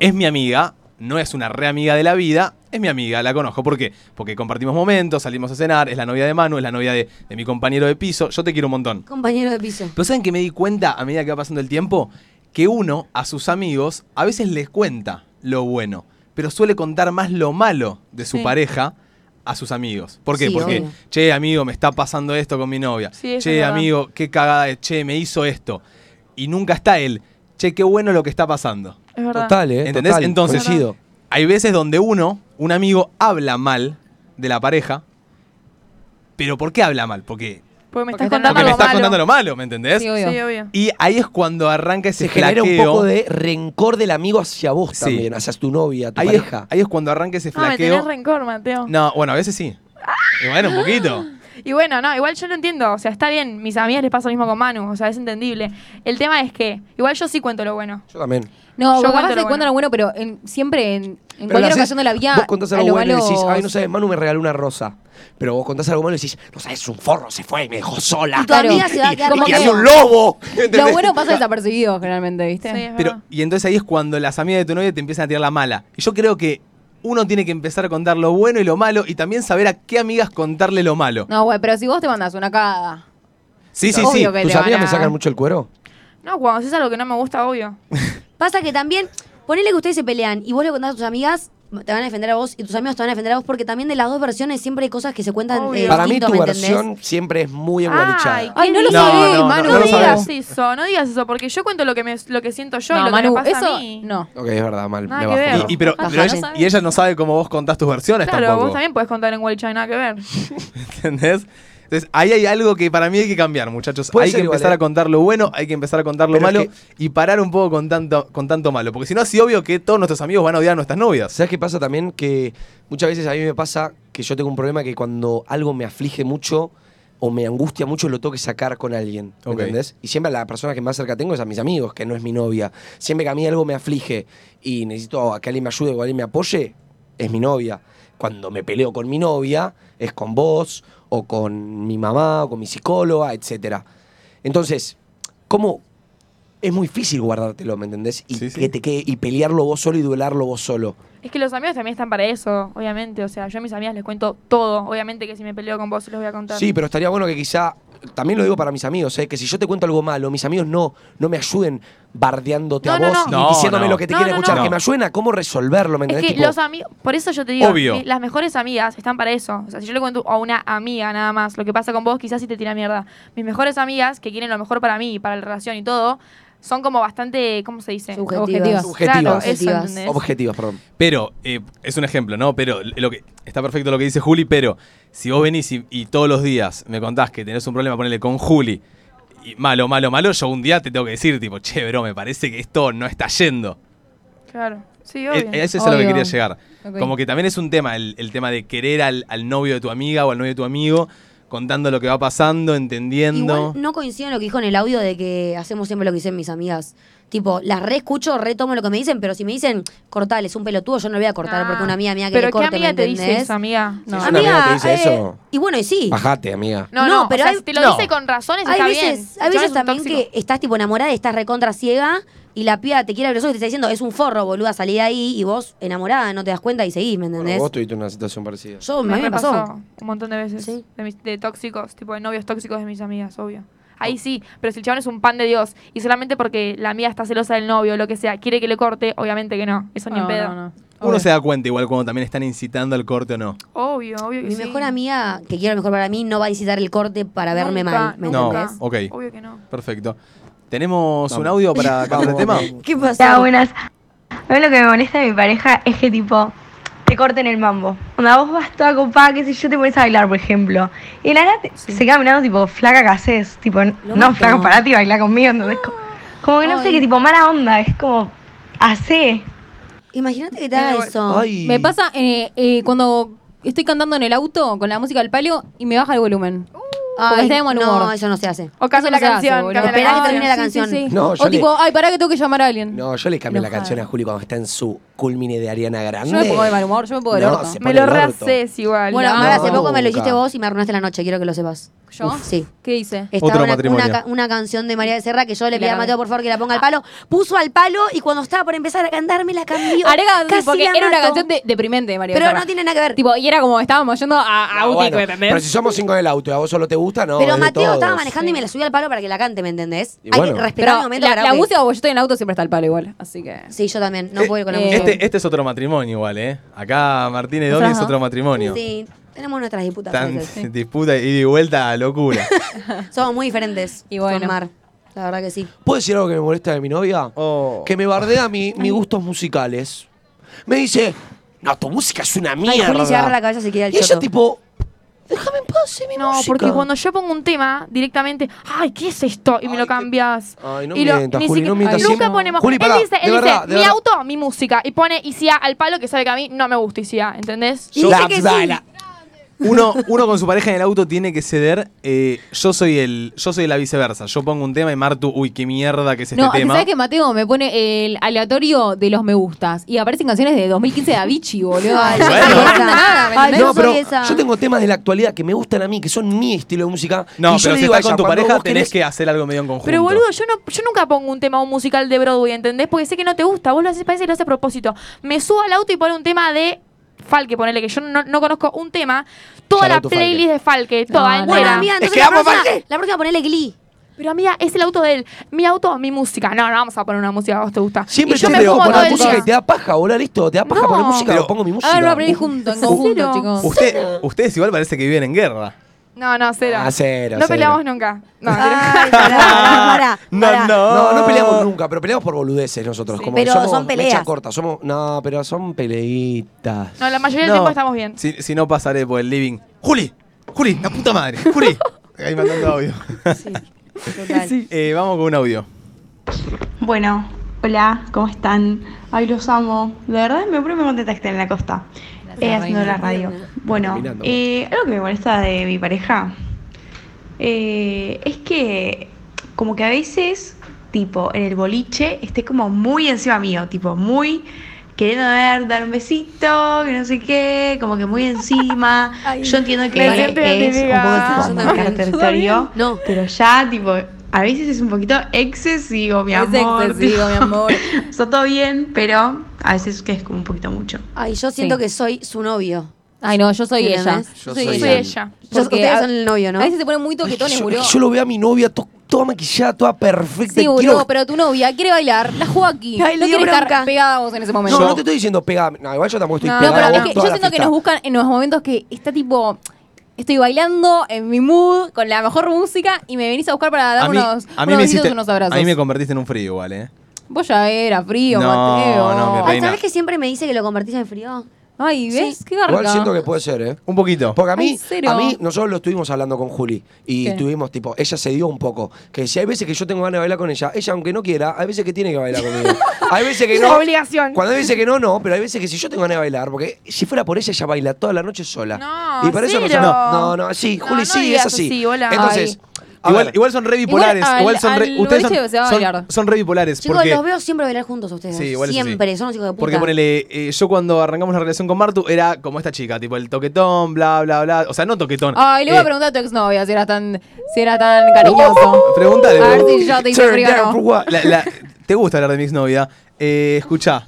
S5: es mi amiga, no es una re amiga de la vida, es mi amiga, la conozco. ¿Por qué? Porque compartimos momentos, salimos a cenar, es la novia de Manu, es la novia de, de mi compañero de piso, yo te quiero un montón.
S3: Compañero de piso.
S5: Pero ¿saben que me di cuenta a medida que va pasando el tiempo? Que uno a sus amigos a veces les cuenta lo bueno, pero suele contar más lo malo de su
S2: Sí.
S5: pareja a sus amigos. ¿Por qué?
S3: Sí,
S5: Porque,
S3: obvio.
S5: che, amigo, me está pasando esto con mi novia.
S2: Sí, eso es
S5: che,
S2: verdad.
S5: amigo, qué cagada, es. che, me hizo esto. Y nunca está él. Che, qué bueno lo que está pasando.
S2: Es verdad.
S1: Total, ¿eh?
S5: ¿Entendés?
S1: Total,
S5: Entonces-
S1: coincido.
S5: Hay veces donde uno, un amigo, habla mal de la pareja, pero ¿por qué habla mal? Porque,
S2: Porque me
S4: Porque
S2: estás
S4: te
S2: contando
S4: Habla
S5: porque me
S2: lo
S5: estás
S2: malo.
S5: contando lo malo, ¿me entendés?
S4: Sí, obvio.
S2: Sí, obvio.
S5: Y ahí es cuando arranca ese
S1: Se genera un
S5: flaqueo.
S1: poco de rencor del amigo hacia vos
S5: Sí.
S1: también, hacia tu novia, tu
S5: ahí, es,
S1: pareja.
S5: ahí es cuando arranca ese
S2: No, Ah, me tenés
S5: flaqueo.
S2: rencor, Mateo.
S5: No, bueno, a veces sí. Y bueno, un poquito.
S2: Y bueno, no, igual yo lo entiendo. O sea, está bien. Mis amigas les pasa lo mismo con Manu. O sea, es entendible. El tema es que, igual yo sí cuento lo bueno.
S1: Yo también.
S4: No,
S2: Yo
S4: porque
S2: cuento
S4: capaz
S2: lo
S4: te cuentan lo bueno, pero en- siempre en, en
S1: Pero
S4: cualquier
S1: la
S4: ocasión de la
S1: haces-
S4: vida.
S1: Vos contás
S4: a
S1: algo
S4: lo
S1: bueno y
S4: malo-
S1: decís, ay, no sabes, Manu me regaló una rosa. Pero vos contás algo malo y decís, no sabes, un forro se fue y me dejó sola.
S3: Y tu amiga se va a
S1: Y-
S3: quedar
S1: y
S4: como
S1: que hay
S4: que-
S1: un lobo.
S4: Lo
S1: ¿entendés?
S4: bueno pasa desapercibido generalmente,
S2: Sí,
S4: ¿viste?
S2: es
S5: Pero,
S2: verdad.
S5: y entonces ahí es cuando las amigas de tu novia te empiezan a tirar la mala. Y yo creo que uno tiene que empezar a contar lo bueno y lo malo y también saber a qué amigas contarle lo malo.
S4: No, güey, pero si vos te mandás una cagada.
S5: Sí, sí, sí.
S4: obvio que
S1: ¿Tus
S4: te van
S1: amigas
S4: a-
S1: me sacan mucho el cuero?
S2: No, cuando haces algo que no me gusta, obvio.
S3: Pasa que también, ponele que ustedes se pelean y vos le contás a tus amigas, te van a defender a vos y tus amigos te van a defender a vos porque también de las dos versiones siempre hay cosas que se cuentan
S2: Obvio.
S3: eh,
S1: Para mí
S3: distinto,
S1: tu
S3: ¿me entendés?
S1: versión siempre es muy
S2: Ay,
S1: engualichada.
S4: Ay, no lo
S5: No,
S4: sabés,
S5: no,
S4: Manu.
S5: no
S2: No
S5: lo
S2: digas
S5: sabemos.
S2: eso, no digas eso, porque yo cuento lo que me lo que siento yo y
S4: No,
S2: lo que
S4: Manu,
S2: me pasa
S4: eso
S2: a mí.
S4: no.
S1: Ok, es verdad, mal.
S2: Nada
S1: me
S2: que
S1: bajo.
S2: ver.
S5: Y, y pero,
S4: Ajá,
S5: pero
S4: no
S5: ella,
S4: sabes.
S5: y ella no sabe cómo vos contás tus versiones
S2: Claro,
S5: tampoco.
S2: vos también podés contar en Walcha, nada que ver.
S5: ¿Entendés? Entonces, ahí hay algo que para mí hay que cambiar, muchachos.
S1: Puede
S5: Hay que
S1: ser igual,
S5: empezar
S1: ¿eh?
S5: a contar lo bueno, hay que empezar a contar lo
S1: Pero es
S5: malo y parar un poco con tanto, con tanto malo. Porque si no, es obvio que todos nuestros amigos van a odiar a nuestras novias.
S1: ¿Sabes qué pasa también? Que muchas veces a mí me pasa que yo tengo un problema que cuando algo me aflige mucho o me angustia mucho, lo tengo que sacar con alguien. ¿me
S5: Ok.
S1: ¿Entendés? Y siempre a la persona que más cerca tengo es a mis amigos, que no es mi novia. Siempre que a mí algo me aflige y necesito a que alguien me ayude o alguien me apoye, es mi novia. Cuando me peleo con mi novia, es con vos, o con mi mamá, o con mi psicóloga, etcétera. Entonces, ¿cómo? Es muy difícil guardártelo, ¿me entendés? Y,
S5: Sí, sí.
S1: Que te quede- y pelearlo vos solo y duelarlo vos solo.
S2: Es que los amigos también están para eso, obviamente. O sea, yo a mis amigas les cuento todo. Obviamente que si me peleo con vos, les voy a contar.
S1: Sí, pero estaría bueno que quizá, también lo digo para mis amigos, ¿eh? que si yo te cuento algo malo, mis amigos no, no me ayuden bardeándote
S2: No,
S1: a
S2: no,
S1: vos
S2: no.
S1: y
S5: No,
S1: diciéndome
S5: no.
S1: lo que te
S2: No,
S1: quieren
S2: no,
S1: escuchar,
S5: no.
S1: que me ayuden a cómo resolverlo, ¿me
S2: Es
S1: entendés?
S2: que
S1: Tipo,
S2: los amigos, por eso yo te digo,
S5: Obvio.
S2: mi- las mejores amigas están para eso. O sea, si yo le cuento a una amiga nada más lo que pasa con vos, quizás sí te tira mierda. Mis mejores amigas, que quieren lo mejor para mí, para la relación y todo, son como bastante, ¿cómo se dice?
S3: Subjetivas.
S4: Objetivas.
S1: Subjetivas.
S2: Claro, eso,
S3: Objetivas.
S2: ¿entendés?
S1: Objetivos, perdón.
S5: Pero, eh, es un ejemplo, ¿no? Pero eh, lo que está perfecto lo que dice Juli, pero si vos venís y, y todos los días me contás que tenés un problema, ponele con Juli y malo, malo, malo, yo un día te tengo que decir, tipo, che, bro, me parece que esto no está yendo.
S2: Claro. Sí,
S5: Eh,
S2: obvio.
S5: eh, Eso es a lo que
S4: Obvio.
S5: quería llegar.
S4: Ok.
S5: Como que también es un tema, el, el tema de querer al, al novio de tu amiga o al novio de tu amigo, contando lo que va pasando, entendiendo.
S3: Igual no coincido en lo que dijo en el audio de que hacemos siempre lo que dicen mis amigas. Tipo, las re escucho, re tomo lo que me dicen, pero si me dicen, cortale, es un pelotudo, yo no lo voy a cortar
S2: Ah.
S3: porque una amiga mía que
S2: ¿Pero
S3: le
S2: qué
S3: corte,
S2: amiga
S3: ¿me
S2: te dice
S3: entendés?
S2: eso, amiga? No.
S1: Sí, Una amiga te dice
S3: eh,
S1: eso.
S3: Y bueno, y sí.
S1: Bajate, amiga.
S2: No,
S3: No,
S2: no,
S3: pero
S2: o sea,
S3: hay-
S2: si te lo
S5: no.
S2: dice con razones,
S3: Hay
S2: está
S3: veces,
S2: bien.
S3: hay
S2: El chabón
S3: veces
S2: es un
S3: también
S2: tóxico.
S3: que estás tipo enamorada, estás recontra ciega y la piba te quiere abrir los ojos y te está diciendo, es un forro, boluda, salí de ahí y vos enamorada no te das cuenta y seguís, ¿me entendés?
S1: Bueno, vos tuviste una situación parecida.
S3: Yo
S2: Me,
S3: Oh, me, me
S2: pasó.
S3: pasó.
S2: un montón de veces.
S3: Sí.
S2: De, mis- de tóxicos, tipo de novios tóxicos de mis amigas, obvio.
S3: Oh.
S2: Ahí sí, pero si el chabón es un pan de Dios y solamente porque la amiga está celosa del novio o lo que sea, quiere que le corte, obviamente que no. Eso ni en
S4: No,
S2: pedo.
S4: no, no.
S5: Uno
S4: Obvio.
S5: se da cuenta igual cuando también están incitando al corte o no.
S2: Obvio, obvio que
S3: Mi
S2: sí.
S3: mejor amiga, que quiero lo mejor para mí, no va a visitar el corte para verme
S2: Nunca,
S3: mal, ¿me
S2: nunca.
S5: No,
S3: entendés?
S5: ok,
S2: Obvio que no.
S5: perfecto. ¿Tenemos un audio para cambiar de tema?
S3: ¿Qué pasó?
S10: Ya, buenas. A mí lo que me molesta de mi pareja es que, tipo, te corten el mambo. Cuando vos vas toda copada, qué sé yo, te pones a bailar, por ejemplo. Y la nada te- se queda mirando, tipo, flaca que haces. Tipo, no,
S3: mato.
S10: flaca, parate y baila conmigo. ¿entendés? Co- Como que no sé qué, tipo, mala onda. Es como, hacé.
S3: Imagínate que te haga eso.
S1: Ay.
S4: Me pasa eh, eh, cuando estoy cantando en el auto con la música del palio y me baja el volumen.
S3: Ay,
S4: está de mal
S3: No,
S4: humor.
S3: eso no se hace.
S2: O cambia
S4: Eso no
S2: la
S4: se hace,
S2: canción.
S4: boludo.
S2: cambia
S3: Esperá que termine la
S4: Sí, sí,
S3: canción.
S4: sí.
S1: No, yo
S4: o
S1: le-
S4: tipo, ay, pará que tengo que llamar a alguien.
S1: No, yo le cambié la
S4: Enojada.
S1: canción a Juli cuando está en su culmine de Ariana Grande.
S4: yo me pongo de mal humor, yo me pongo de
S1: No,
S4: orto.
S1: se
S2: Me
S1: pone
S2: lo
S1: el orto.
S2: rehaces igual.
S3: Bueno,
S2: no.
S3: ahora hace poco me
S1: nunca.
S3: lo hiciste vos y me arruinaste la noche, quiero que lo sepas.
S4: ¿Yo?
S3: Uf, sí.
S4: ¿Qué hice?
S3: Estaba
S5: Otro
S3: una,
S5: matrimonio.
S3: una ca- una canción de María Becerra que yo le
S4: Y
S3: pedí
S4: la
S3: a Mateo,
S4: cambió.
S3: por favor, que la ponga al palo. Puso al palo y cuando estaba por empezar a cantar, me la cambió.
S4: Arega,
S3: Casi
S4: porque
S3: la
S4: era una
S3: mato.
S4: canción de- deprimente de María
S3: Pero
S4: Becerra.
S3: no tiene nada que ver.
S4: Tipo, y era como estábamos yendo a, a
S1: Ah,
S4: un
S1: bueno,
S4: tipo, ¿entendés?
S1: pero si somos cinco en el auto y a vos solo te gusta, no.
S3: pero
S1: es de
S3: Mateo estaba
S1: todos.
S3: manejando y me la subí al palo para que la cante, ¿me entendés?
S1: Y
S3: Hay
S1: bueno.
S3: que respetar
S4: Pero
S3: el momento
S4: la,
S3: para
S4: la música, porque yo estoy en auto, siempre está el palo igual. Así que.
S1: Este
S3: Sí, yo también. No puedo ir con la
S4: eh,
S3: música.
S5: Este, este es otro matrimonio igual, ¿eh? Acá Martínez Domi
S4: Ajá.
S5: es otro matrimonio.
S3: Sí, tenemos nuestras disputas. a
S5: Tan
S3: veces.
S5: disputa, ida y vuelta, locura.
S3: Somos muy diferentes.
S4: Y bueno.
S3: con Mar. La verdad que sí.
S1: ¿Puedo decir algo que me molesta de mi novia?
S5: Oh.
S1: Que me bardea mi- mis gustos musicales. Me dice, no, tu música es una
S3: Ay, Juli se agarra la
S1: mierda.
S3: cabeza se queda el
S1: Y ella
S3: choto.
S1: tipo, déjame en paz, es mi
S2: No,
S1: música.
S2: porque cuando yo pongo un tema directamente, ay, ¿qué es esto? Y me lo cambias.
S1: Ay, no
S2: y lo-
S1: mientas,
S2: ni
S1: Juli,
S2: siquiera-
S1: no mientas.
S2: Nunca
S1: Sí.
S2: ponemos.
S1: Juli, pará,
S2: él dice,
S1: de
S2: él dice,
S1: verdad, de
S2: mi
S1: verdad.
S2: auto, mi música. Y pone ICA al palo que sabe que a mí no me gusta ICA, ¿entendés?
S3: Dice que sí.
S5: Uno, uno con su pareja en el auto tiene que ceder. eh, yo soy el, yo soy la viceversa. Yo pongo un tema y Martu, uy, qué mierda que es este
S4: no,
S5: tema.
S4: ¿sabes que Mateo me pone el aleatorio de los me gustas? Y aparecen canciones de 2015 de Avicii, boludo.
S3: Ay,
S4: No
S3: yo
S5: Bueno.
S3: soy
S4: me
S3: esa.
S4: gusta nada, ¿me
S3: Ay,
S4: entendés?
S1: No,
S3: soy
S1: pero
S3: esa.
S1: yo tengo temas de la actualidad que me gustan a mí, que son mi estilo de música.
S5: No,
S1: y yo
S5: pero
S1: le
S5: si
S1: digo a
S5: estás con
S1: ella,
S5: tu
S1: cuando
S5: pareja
S1: vos
S5: tenés
S1: querés-
S5: que hacer algo medio en conjunto.
S2: Pero boludo, yo no, yo nunca pongo un tema o un musical de Broadway, ¿entendés? Porque sé que no te gusta, vos lo haces, parece que lo haces a propósito. Me subo al auto y pone un tema de Falke, ponele que yo no, no conozco un tema, toda
S1: Shout
S2: la
S1: out to Falke.
S2: playlist de Falke, toda
S4: No, no.
S3: Bueno,
S2: entera.
S3: amiga,
S1: Es
S3: entonces
S1: que
S3: la,
S1: amo
S3: próxima,
S1: Falke.
S3: la próxima ponele Glee.
S2: Pero amiga, es el auto de él. Mi auto, mi música. No, no vamos a poner una música que a vos te gusta.
S1: Siempre
S2: y yo
S1: te
S2: me
S1: digo,
S2: fumo
S1: pon
S2: todo
S1: la
S2: el
S1: música
S2: día.
S1: y te da paja, boludo, listo. Te da paja
S2: No.
S1: poner música,
S5: Pero-
S2: Ah,
S3: Ah,
S1: pongo mi
S4: A ver, lo
S1: música.
S4: aprendí junto, en
S2: ¿En
S4: conjunto,
S2: serio?
S4: chicos.
S5: Usted- ustedes igual parece que viven en guerra.
S2: No, no, cero.
S1: Ah, cero,
S2: No
S1: cero.
S2: peleamos nunca. No,
S1: <laughs>
S3: Ay, <laughs> pará, pará, pará,
S5: No,
S3: pará.
S5: no.
S1: Ah. No, no peleamos nunca, pero peleamos por boludeces nosotros. como
S3: Pero
S1: somos
S3: son peleas.
S1: mecha corta, somos. No, pero son peleitas.
S2: no, la mayoría del
S5: No.
S2: tiempo estamos bien.
S5: Si, si no pasaré por el living. Juli, Juli, la puta madre, Juli. Ahí mandando audio.
S3: Total.
S5: Eh, vamos con un audio.
S10: Bueno, hola, ¿cómo están? Ay, los amo. De verdad, me pone me contenta que estén en la costa. Eh, haciendo la radio. Bueno,
S1: Caminando.
S10: eh, algo que me molesta de mi pareja eh, es que como que a veces, tipo, en el boliche esté como muy encima mío, tipo, muy queriendo ver, dar un besito, que no sé qué, como que muy encima. Yo entiendo que
S2: me siento
S10: es un
S2: identificada.
S10: poco
S3: Yo
S10: tipo marcar
S3: también.
S10: territorio,
S3: No.
S10: pero ya, tipo, a veces es un poquito excesivo, mi
S4: Es
S10: amor.
S4: excesivo,
S10: tipo.
S4: mi amor.
S10: Está todo bien, pero a veces que es como un poquito mucho.
S3: Ay, yo siento
S4: Sí.
S3: que soy su novio.
S4: Ay, no, yo soy
S3: ¿Entendés?
S4: ella.
S1: Yo
S2: Soy
S1: Soy
S2: ella.
S3: Yo-
S4: Porque
S3: ustedes
S4: a-
S3: son el novio, ¿no?
S4: A veces se ponen muy
S1: Ay,
S4: toquetones,
S1: yo,
S4: boludo.
S1: yo lo veo a mi novia to- toda maquillada, toda perfecta.
S4: Sí,
S1: y
S4: boludo,
S1: quiero-
S4: pero tu novia quiere bailar, la juega aquí.
S3: Ay, le
S4: no
S3: dio
S4: quiere
S3: bronca.
S4: estar pegada a vos en ese
S1: No,
S4: momento.
S1: no te estoy diciendo pegame. No, igual yo tampoco estoy
S2: No,
S4: No,
S1: pegada
S4: pero
S1: a
S4: es
S1: vos
S4: que yo
S1: toda la
S4: siento que
S1: fiesta.
S4: nos buscan en los momentos que está tipo. Estoy bailando en mi mood con la mejor música y me venís a buscar para dar unos,
S5: a
S4: unos
S5: me
S4: besitos,
S5: hiciste-
S4: unos abrazos.
S5: a mí me convertiste en un frío igual, ¿eh?
S4: Vos ya era frío,
S5: No,
S4: Mateo.
S5: no, mi
S3: Ay,
S5: reina.
S3: ¿sabes que siempre me dice que lo convertís en frío?
S4: Ay, ¿ves? Qué garca.
S1: Igual siento que puede ser, ¿eh?
S5: Un poquito.
S1: Porque a mí,
S4: Ay, cero.
S1: a mí, nosotros lo estuvimos hablando con Juli y
S4: ¿Qué?
S1: estuvimos, tipo, ella se dio un poco. Que si hay veces que yo tengo ganas de bailar con ella, ella, aunque no quiera, hay veces que tiene que bailar
S4: <laughs>
S1: conmigo. hay veces que
S2: La
S1: no.
S2: obligación.
S1: Cuando hay veces que no, no, pero hay veces que si yo tengo ganas de bailar, porque si fuera por ella, ella baila toda la noche sola.
S2: No,
S1: y para eso
S2: cero.
S1: nosotros- No, no, sí,
S2: No,
S1: Juli,
S2: no
S1: sí, es
S2: digas
S1: así.
S2: así, hola.
S1: Entonces, a
S5: Igual,
S1: ver,
S5: igual son re bipolares. Igual,
S4: al-
S5: son re,
S4: al
S5: ustedes son,
S4: boliche se va a
S5: son-
S4: bailar.
S5: son re bipolares.
S3: Chicos,
S5: porque,
S3: los veo siempre bailar juntos a ustedes.
S5: Sí, igual es así.
S3: siempre, son los hijos de puta.
S5: Porque ponele, eh, yo cuando arrancamos la relación con Martu era como esta chica, tipo el toquetón, bla, bla, bla. O sea, no toquetón.
S4: Ay, le voy
S5: eh,
S4: a preguntar a tu exnovia si era tan, si era tan cariñoso.
S5: <laughs> Pregúntale.
S4: A ver
S5: vos.
S4: si yo te hice
S1: turn
S4: frío
S1: down
S4: o
S1: for
S4: no.
S1: what?
S5: La- la- ¿Te gusta hablar de mi exnovia? Eh,
S4: <laughs>
S5: escuchá.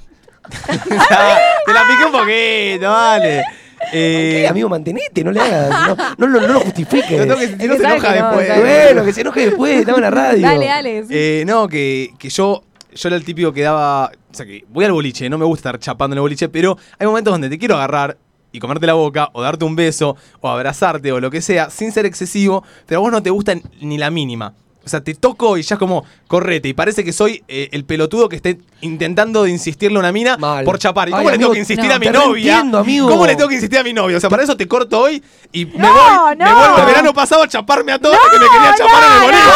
S5: te la piqué un poquito, vale. Eh,
S1: Eh, amigo, mantenete, no le hagas. No, no, lo- no lo justifiques.
S5: no tengo que- si
S4: que
S5: no se
S4: sabe
S5: enoja
S4: que no,
S5: después.
S4: sabe
S1: Bueno, que se enoje después, estaba en la radio.
S4: Dale, dale. sí.
S5: Eh, no, que, que yo, yo era el típico que daba. O sea, que voy al boliche, no me gusta estar chapando en el boliche, pero hay momentos donde te quiero agarrar y comerte la boca, o darte un beso, o abrazarte, o lo que sea, sin ser excesivo, pero a vos no te gusta ni la mínima. O sea, te toco y ya es como, correte. Y parece que soy eh, el pelotudo que esté intentando de insistirle a una mina
S1: Mal.
S5: por chapar. ¿Y
S1: Ay,
S5: cómo le tengo
S1: amigo,
S5: que insistir
S1: no,
S5: a mi
S1: te
S5: novia?
S1: reentiendo, amigo.
S5: ¿Cómo le tengo que insistir a mi novia? O sea, para eso te corto hoy y me
S2: No,
S5: voy. Me
S2: no.
S5: vuelvo el verano pasado a chaparme a todos que me quería chapar en el boliche.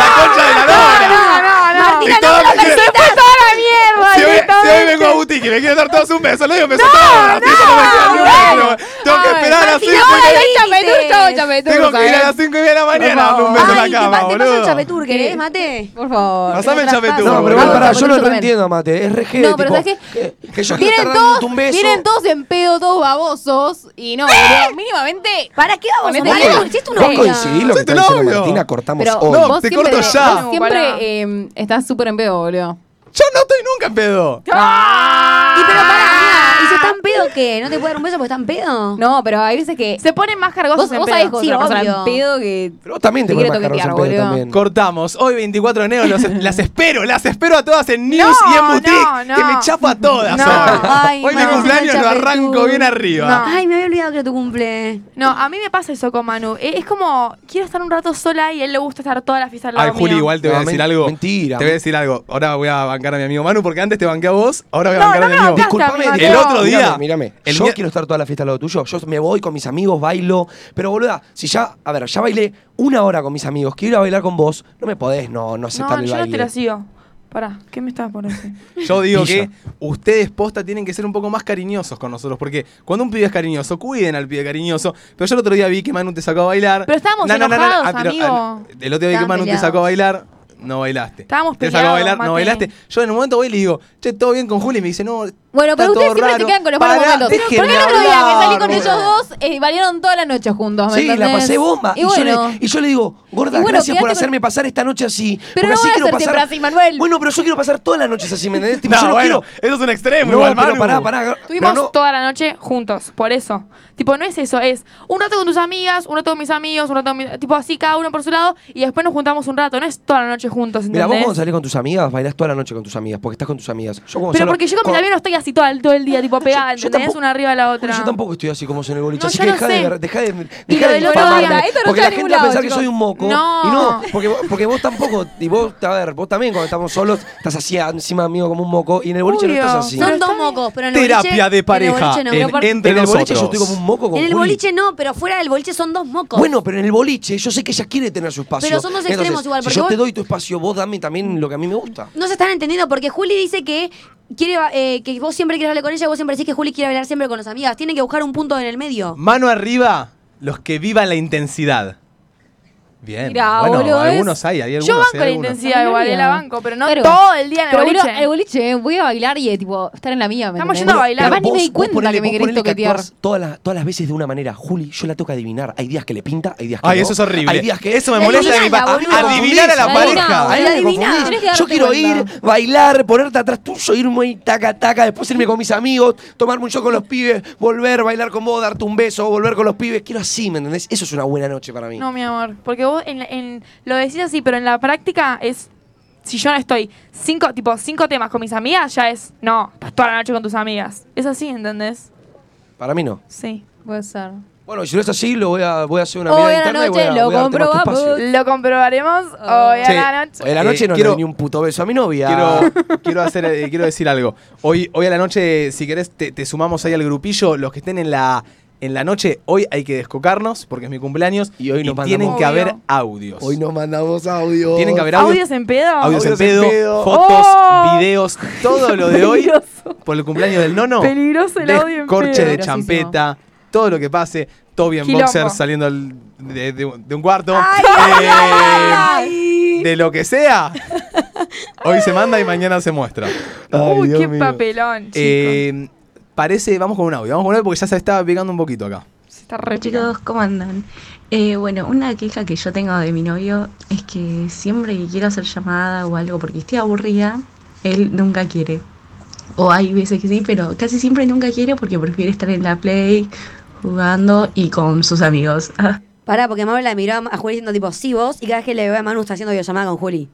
S5: La concha de la lora.
S2: No, no, no.
S5: Y todas me quieren-
S2: la mierda!
S5: si hoy, si hoy vengo a
S2: directamente.
S5: Buti que me quieren dar todos un beso, le digo beso a todas. y eso no me queda ni un beso. Tengo que
S4: Ay,
S5: esperar a las
S4: imagina-
S5: 5
S4: Ay, chapeturca, chapeturca,
S5: Tengo que ir a
S4: ¿eh?
S5: las 5 y media de la mañana a
S4: Por
S5: darle un
S4: favor.
S5: beso en
S3: Ay,
S5: la
S3: te,
S5: cama,
S3: pa- te paso el
S5: boludo.
S3: chapetur, ¿querés, mate?
S4: Por favor.
S5: Pasame el chapetur.
S1: No, pero
S5: boludo.
S1: igual pará,
S4: Vamos,
S1: yo no lo
S4: también.
S1: entiendo, Mate. Es re heavy,
S4: No, pero
S1: tipo,
S4: ¿sabes
S1: que, que yo quiero
S4: Vienen
S1: estar dándote
S4: todos,
S1: un beso. ¡Ah!
S4: vienen todos en pedo, todos babosos. Y no, boludo, mínimamente.
S3: ¿Para qué vamos?
S4: Ponete
S3: Vale,
S4: bien.
S3: no, hiciste una
S1: ¿Vos
S4: Sí,
S3: vaina.
S1: coincidís lo que
S5: Soy tu
S1: está diciendo
S5: novio.
S1: Martina? Cortamos
S4: Pero
S1: hoy.
S5: No,
S4: vos
S5: te
S4: siempre,
S5: corto ya.
S4: vos
S2: Pará.
S4: siempre eh, estás súper en pedo, boludo.
S5: Yo no estoy nunca en pedo.
S4: ¡Ah!
S3: Y pero pará, amiga, ¿y si están pedo qué? ¿No te puede dar un beso porque están pedo?
S4: No, pero hay veces que.
S2: Se ponen más cargosos
S4: Vos,
S2: en
S4: vos
S2: pedo.
S4: sabés que
S3: Sí,
S4: otra persona
S3: obvio.
S4: en pedo que.
S1: Pero vos también te
S4: Te
S1: pones más
S4: quiere
S1: carros en
S4: toquetear,
S1: pedo
S4: boludo.
S1: también.
S5: Cortamos. Hoy, 24 de enero, los- las espero. Las espero a todas en News
S2: No,
S5: y en Boutique.
S2: no, no.
S5: Que me chapo a todas.
S2: No.
S5: hoy.
S3: Ay,
S5: hoy mi
S3: Manu,
S5: cumpleaños
S3: no
S5: lo
S3: chapes tú.
S5: arranco bien arriba.
S3: Ay, me había olvidado que era tu cumple.
S2: No, a mí me pasa eso con Manu. Eh, Es como, quiero estar un rato sola y a él le gusta estar toda la fiesta al lado
S5: Ay, Juli,
S2: mío.
S5: igual te voy a
S1: No,
S5: decir
S1: men-
S5: algo.
S1: mentira.
S5: Te voy a decir algo. Ahora voy a bancar a mi amigo Manu, porque antes te banqué a vos, ahora voy a
S2: No,
S5: bancar
S2: no
S5: a mi
S2: me
S5: amigo.
S2: bancaste.
S1: Disculpame,
S2: Basta,
S1: Diego.
S5: El otro día-
S1: Mírame, mírame.
S5: el
S1: yo
S5: día-
S1: quiero estar toda la fiesta al lado tuyo. Yo me voy con mis amigos, bailo. Pero boluda, si ya, a ver, ya bailé una hora con mis amigos, quiero ir a bailar con vos, no me podés no, no aceptar
S2: No,
S1: el
S2: yo no
S1: baile.
S2: te lo sigo. Pará, ¿qué me estás por decir?
S5: Yo digo
S1: Pilla.
S5: que ustedes posta tienen que ser un poco más cariñosos con nosotros, porque cuando un pibe es cariñoso, cuiden al pibe cariñoso. Pero yo el otro día vi que Manu te sacó a bailar.
S2: Pero estábamos enojados, amigo.
S5: el otro día vi que
S3: Estábamos
S5: Manu te
S3: peleados.
S5: sacó a bailar. No bailaste.
S2: Estábamos
S5: Te sacó a
S2: peleados,
S5: bailar,
S2: Mate.
S5: no bailaste. Yo en un momento voy y le digo, che, todo bien con Juli. Y me dice, no.
S4: Bueno,
S5: está
S4: pero ustedes
S5: todo
S4: siempre
S5: raro.
S4: se quedan con los malos
S5: Pará,
S4: momentos. Porque
S5: déjenme
S4: el otro día que salí
S5: hablar,
S4: con
S5: boludo.
S4: ellos dos, eh, valieron toda la noche juntos. ¿me
S1: Sí, la
S4: entendés?
S1: pasé bomba.
S4: Y
S1: Y, yo
S4: bueno.
S1: le, y yo le digo, gorda,
S4: Y bueno,
S1: gracias por
S4: quedate con-
S1: hacerme pasar esta noche así.
S4: Pero
S1: porque
S4: no
S1: así
S4: voy a
S1: quiero
S4: ser siempre
S1: pasar-
S4: así, Manuel.
S1: Bueno, pero yo quiero pasar todas las noches así, ¿me entendés? Tipo,
S5: No,
S1: yo no
S5: bueno,
S1: quiero.
S5: eso es un extremo.
S1: No,
S5: igual,
S1: pero
S5: Manu.
S1: pará, pará.
S2: Estuvimos
S1: pero no-
S2: toda la noche juntos, por eso. Tipo, no es eso, es un rato con tus amigas, un rato con mis amigos, un rato con mi- Tipo, así cada uno por su lado y después nos juntamos un rato. No es toda la noche juntos,
S1: Mira,
S2: ¿entendés?
S1: vos cuando salís con tus amigas, bailás toda la noche con tus amigas, porque estás con tus amigas. Yo como
S2: Pero
S1: solo-
S2: porque yo con mis
S1: cuando-
S2: amigos no estoy así todo el, todo el día, tipo, pegada,
S1: yo
S2: ¿entendés?
S1: tampoco-
S2: Una arriba de la otra.
S1: Bueno, yo tampoco estoy así como soy en el boliche,
S2: No,
S1: así
S2: yo
S1: que
S2: no
S1: deja
S2: sé.
S1: de, ver- dejá de,
S2: Y
S1: dejá
S2: lo
S1: de
S2: del otro día,
S1: difamarme,
S4: esto no
S1: porque
S4: está
S1: la
S4: en
S1: gente
S4: ningún
S1: va a
S4: lado,
S1: pensar que
S4: chicos.
S1: soy un moco.
S2: No.
S1: Y no, porque, vos- porque vos tampoco, y vos, a ver, vos también cuando estamos solos, estás así encima mío como un moco, y en el boliche
S2: Obvio.
S1: no estás así.
S2: No,
S3: Son
S2: está
S3: dos
S2: bien.
S3: mocos, pero en el boliche.
S5: Terapia de pareja.
S3: En el
S5: en-
S3: boliche no. Pero
S5: entre
S1: en el boliche
S5: nosotros.
S1: yo estoy como un moco con
S3: por- En el
S1: Juli.
S3: boliche no, pero fuera del boliche son dos mocos.
S1: Bueno, pero en el boliche yo sé que ella quiere tener su espacio.
S3: Pero son dos
S1: Entonces,
S3: extremos igual,
S1: Si
S3: porque
S1: yo
S3: vos-
S1: te doy tu espacio, vos dame también lo que a mí me gusta.
S3: No se están entendiendo porque Juli dice que quiere eh, que vos siempre quieres hablar con ella, vos siempre decís que Juli quiere hablar siempre con las amigas. Tienen que buscar un punto en el medio.
S5: Mano arriba, los que vivan la intensidad. Bien.
S4: Mirá,
S5: bueno,
S4: boludo, ¿ves?
S5: algunos hay, hay algunos.
S2: Yo banco
S5: hay
S2: la
S5: algunos.
S2: intensidad
S4: La
S2: igual,
S4: mayoría.
S2: él la banco, pero no
S4: Claro.
S2: todo el día en el
S4: Pero boludo,
S2: boliche.
S4: el boliche, voy a bailar y eh, tipo, estar en la mía. ¿me
S2: Estamos
S4: entendés?
S2: yendo a bailar.
S4: Capaz
S1: Pero
S4: ni me
S1: vos-
S4: di
S1: vos
S4: cuenta
S1: ponele-
S4: que me
S1: vos
S4: querés
S1: ponele
S4: toquetear.
S1: actuás Todas las, todas las veces de una manera. Juli, yo la tengo que adivinar. Hay días que le pinta, hay días que
S5: Ay,
S1: no.
S5: eso es horrible.
S1: Hay días que...
S5: Eso me
S3: La
S5: molesta de mi
S3: adivinás,
S5: pa-
S3: la boluda.
S5: Adivinar a la
S4: La
S5: pareja.
S4: adivinás.
S1: Ahí
S3: la
S1: me
S3: adivinás.
S1: confundís.
S4: Tenés que darte
S1: Yo quiero
S4: cuenta.
S1: ir, bailar, ponerte atrás tuyo, irme ahí, taca, taca, después irme con mis amigos, tomarme un show con los pibes, volver, bailar con vos, darte un beso, volver con los pibes. Quiero así, ¿me entendés? Eso es una buena noche para mí.
S2: No, mi amor, porque vos en, la- en- lo decís así, pero en la práctica es... Si yo no estoy cinco, tipo, cinco temas con mis amigas, ya es... No, estás toda la noche con tus amigas. Es así, ¿entendés?
S1: Para mí no.
S2: Sí.
S4: Puede ser.
S1: Bueno, si no es así, lo voy a, voy a hacer una
S4: Hoy
S1: mirada
S4: a
S1: interna
S4: la
S1: y voy a-
S4: noche lo
S1: voy a darte más tu
S4: comprobamos.
S1: espacio.
S2: Lo comprobaremos hoy
S5: Sí.
S2: a la noche.
S1: Hoy a la
S5: Eh,
S1: noche no
S5: quiero-
S1: le doy ni un puto beso a mi novia.
S2: <laughs>
S5: Quiero, quiero, hacer, eh, quiero decir algo. Hoy, hoy a la noche, si querés, te, te sumamos ahí al grupillo. Los que estén en la, en la noche, hoy hay que descocarnos porque es mi cumpleaños.
S1: Y hoy nos mandamos-
S5: tienen que haber
S2: Obvio.
S5: audios.
S1: Hoy nos mandamos audio.
S5: Tienen que haber audios.
S2: ¿Audios en pedo?
S5: Audios en
S1: Audios en
S5: pedo,
S1: pedo.
S5: fotos,
S2: Ah. Oh.
S5: videos, todo lo de hoy
S2: Peligroso.
S5: por el cumpleaños del nono.
S2: Peligroso el audio en
S5: Corche
S2: pedo.
S5: de champeta, todo lo que pase. Toby en
S2: Quilombo.
S5: boxer saliendo al- de, de- de un cuarto. Eh,
S2: ¡Ay!
S5: De lo que sea. Hoy se manda y mañana se muestra.
S2: Uy,
S1: Dios
S2: qué
S1: mío.
S2: papelón, chico.
S5: Eh, parece, vamos con un audio, vamos con un audio porque ya se estaba pegando un poquito acá.
S2: Se está re
S10: Chicos, ¿cómo andan? Eh, bueno, una queja que yo tengo de mi novio es que siempre que quiero hacer llamada o algo porque estoy aburrida, él nunca quiere. O hay veces que sí, pero casi siempre nunca quiere porque prefiere estar en la play jugando y con sus amigos.
S3: Pará, porque Mabel la miró a Juli diciendo tipo, sí vos, y cada vez que le veo a Manu está haciendo videollamada con Juli.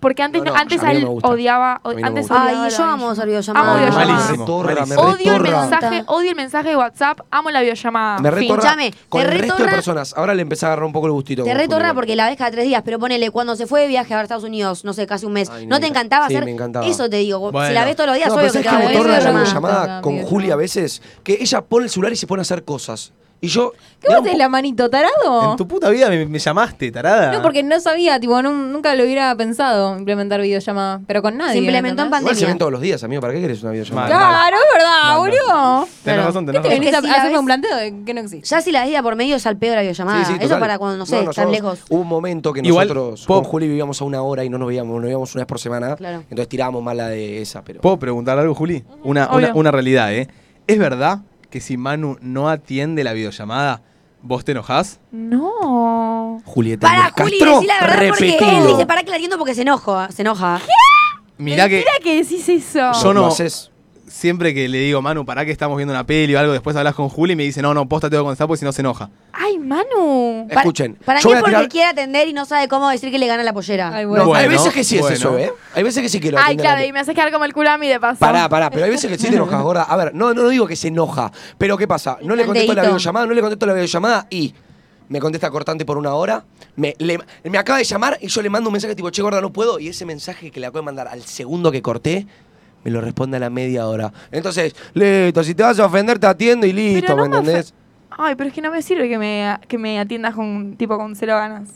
S2: Porque antes,
S1: No, no,
S2: antes
S1: a mí no
S2: él
S1: me gusta.
S2: odiaba. o-
S1: A mí no me
S2: antes
S1: gusta.
S2: odiaba
S3: Ay,
S2: la
S3: yo amo
S2: videollamada.
S3: hacer videollamada.
S2: Amo videollamada.
S1: Malísimo, Me retorra, me
S2: Odio el
S1: retorra.
S2: mensaje, odio el mensaje de WhatsApp, amo la videollamada.
S1: Me retorra
S3: Pinchame, te
S1: con el resto de
S3: retorra-
S1: personas. Ahora le empecé a agarrar un poco el gustito.
S3: Te
S1: con
S3: retorna
S1: fútbol.
S3: porque la ves cada tres días, pero ponele, cuando se fue de viaje a Estados Unidos, no sé, casi un mes,
S1: Ay,
S3: ¿no te
S1: nenita.
S3: encantaba
S1: Sí,
S3: hacer?
S1: me encantaba.
S3: Eso te digo,
S5: Bueno.
S3: si la ves todos los días,
S1: No,
S3: obvio
S1: pero
S3: que
S1: ¿sabes
S3: te
S1: que
S3: va a
S1: me
S3: ver.
S1: torna la
S4: videollamada.
S1: llamada con
S4: Videollamada.
S1: Juli a veces? Que ella pone el celular y se pone a hacer cosas. Y yo. me
S4: ¿Qué vos
S1: da un
S4: haces
S1: po-
S4: la manito, tarado?
S2: Oh.
S5: En tu puta vida me, me llamaste, tarada.
S4: No, porque no sabía, tipo, nu- nunca lo hubiera pensado implementar videollamada, pero con nadie.
S3: Se implementó en
S4: ¿entendés?
S1: Igual se
S3: pandemia.
S1: ven todos los días, amigo. ¿Para qué querés una videollamada?
S5: Claro.
S4: Claro, es verdad,
S5: No, no.
S4: boludo.
S5: Tenés
S3: Claro.
S5: razón,
S4: ¿Qué
S5: tenés
S4: te venís
S5: razón.
S3: que
S4: a
S3: si la
S4: hacerme
S3: ves-
S4: un planteo de que no existe?
S3: Ya si la ves de por medio es al pedo de la videollamada.
S1: Sí, sí,
S3: Ah, Eso
S1: total.
S3: para cuando, no sé,
S1: nosotros-
S3: están lejos.
S1: Hubo un momento que
S5: Igual,
S1: nosotros
S5: puedo-
S1: con Juli vivíamos a una hora y no nos veíamos, nos veíamos una vez por semana.
S3: Claro.
S1: Entonces tirábamos mala de esa, pero.
S5: ¿Puedo preguntar algo, Juli? Una, una,
S2: Obvio.
S5: una realidad, ¿eh? ¿Es verdad que si Manu no atiende la videollamada, vos te enojás?
S2: No.
S1: Julieta
S3: Para
S1: Luis
S3: Juli,
S1: Castro,
S3: decí la verdad porque él
S1: repetido.
S3: dice, para que la atiendo porque se enoja, se enoja.
S5: Mirá que
S2: Mira que decís eso.
S5: yo
S1: Lo
S5: no.
S1: haces.
S5: Siempre que le digo, Manu, pará que estamos viendo una peli o algo, después hablas con Juli y me dice, no, no, posta, te voy a contestar porque si no se enoja.
S2: Ay, Manu.
S1: Eh, Escuchen,
S3: Para
S1: yo
S3: mí
S1: voy a
S3: es porque
S1: tirar-
S3: quiere atender y no sabe cómo decir que le gana la pollera.
S4: Ay,
S5: No,
S4: bueno.
S1: Hay
S5: Bueno,
S1: veces que sí
S5: bueno.
S1: es eso, ¿eh? Hay veces que sí que lo
S2: Ay,
S1: atiende la-
S2: claro, y me haces quedar como el culo a mí de paso.
S1: Pará, pará, pero hay veces que sí te
S2: <laughs>
S1: enojas, gorda. A ver, no, no digo que se enoja, pero ¿qué pasa? No le contesto la
S3: Tanteíto.
S1: videollamada, no le contesto la videollamada y me contesta cortante por una hora, me, le- me acaba de llamar y yo le mando un mensaje tipo, che, gorda, no puedo, y ese mensaje que le acabo de mandar al segundo que corté, me lo responde a la media hora. Entonces, listo, si te vas a ofender, te atiendo y listo,
S2: Pero no
S1: ¿me
S2: me
S1: entendés?
S2: Ay, pero es que no me sirve que me, que me atiendas con tipo con cero ganas.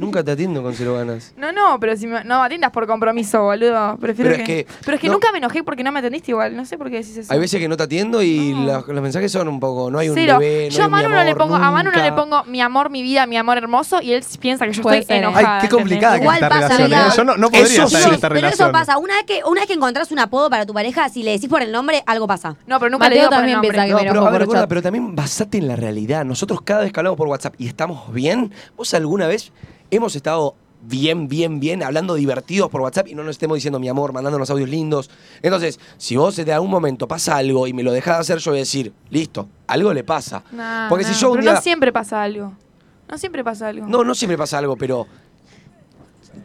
S1: Nunca te atiendo con cero ganas.
S2: No, no, pero si me, no atiendas por compromiso, boludo. Prefiero
S1: Pero es que-
S2: Pero es que
S1: no.
S2: nunca me enojé porque no me atendiste igual. No sé por qué decís eso.
S1: Hay veces que no te atiendo y
S2: No.
S1: los, los mensajes son un poco, no hay un
S2: Cero.
S1: bebé, no
S2: yo a
S1: hay mi
S2: Manu no le
S1: amor,
S2: pongo, a Manu no le
S1: nunca.
S2: pongo mi amor, mi vida, mi amor hermoso y él piensa que yo
S4: Puede
S2: estoy
S4: ser, ¿eh?
S5: Ay,
S2: enojada.
S5: qué complicada
S2: ¿entendés?
S5: que
S3: Igual
S5: es esta
S3: pasa,
S5: relación. ¿eh?
S3: amiga.
S5: Yo no, no podría
S1: Eso
S5: estar
S1: sí.
S5: en esta
S3: Pero
S5: relación.
S3: eso pasa, una vez, que, una vez que encontrás un apodo para tu pareja, si le decís por el nombre, algo pasa.
S2: No, pero nunca
S4: Mateo
S2: le digo por el
S4: también
S2: nombre.
S4: piensa que
S1: No,
S4: me
S1: pero,
S4: enojo
S1: a ver,
S4: por
S1: gorda,
S4: chat.
S1: pero también basate en la realidad. Nosotros cada vez que hablamos por WhatsApp y estamos bien, vos alguna vez hemos estado bien, bien, bien, hablando divertidos por WhatsApp y no nos estemos diciendo mi amor, mandándonos audios lindos. Entonces, si vos en algún momento pasa algo y me lo dejás de hacer, yo voy a decir, listo, algo le pasa.
S2: No,
S1: Porque
S2: no,
S1: si yo un
S2: pero
S1: día...
S2: no siempre pasa algo. No siempre pasa algo.
S1: no, no siempre pasa algo, pero...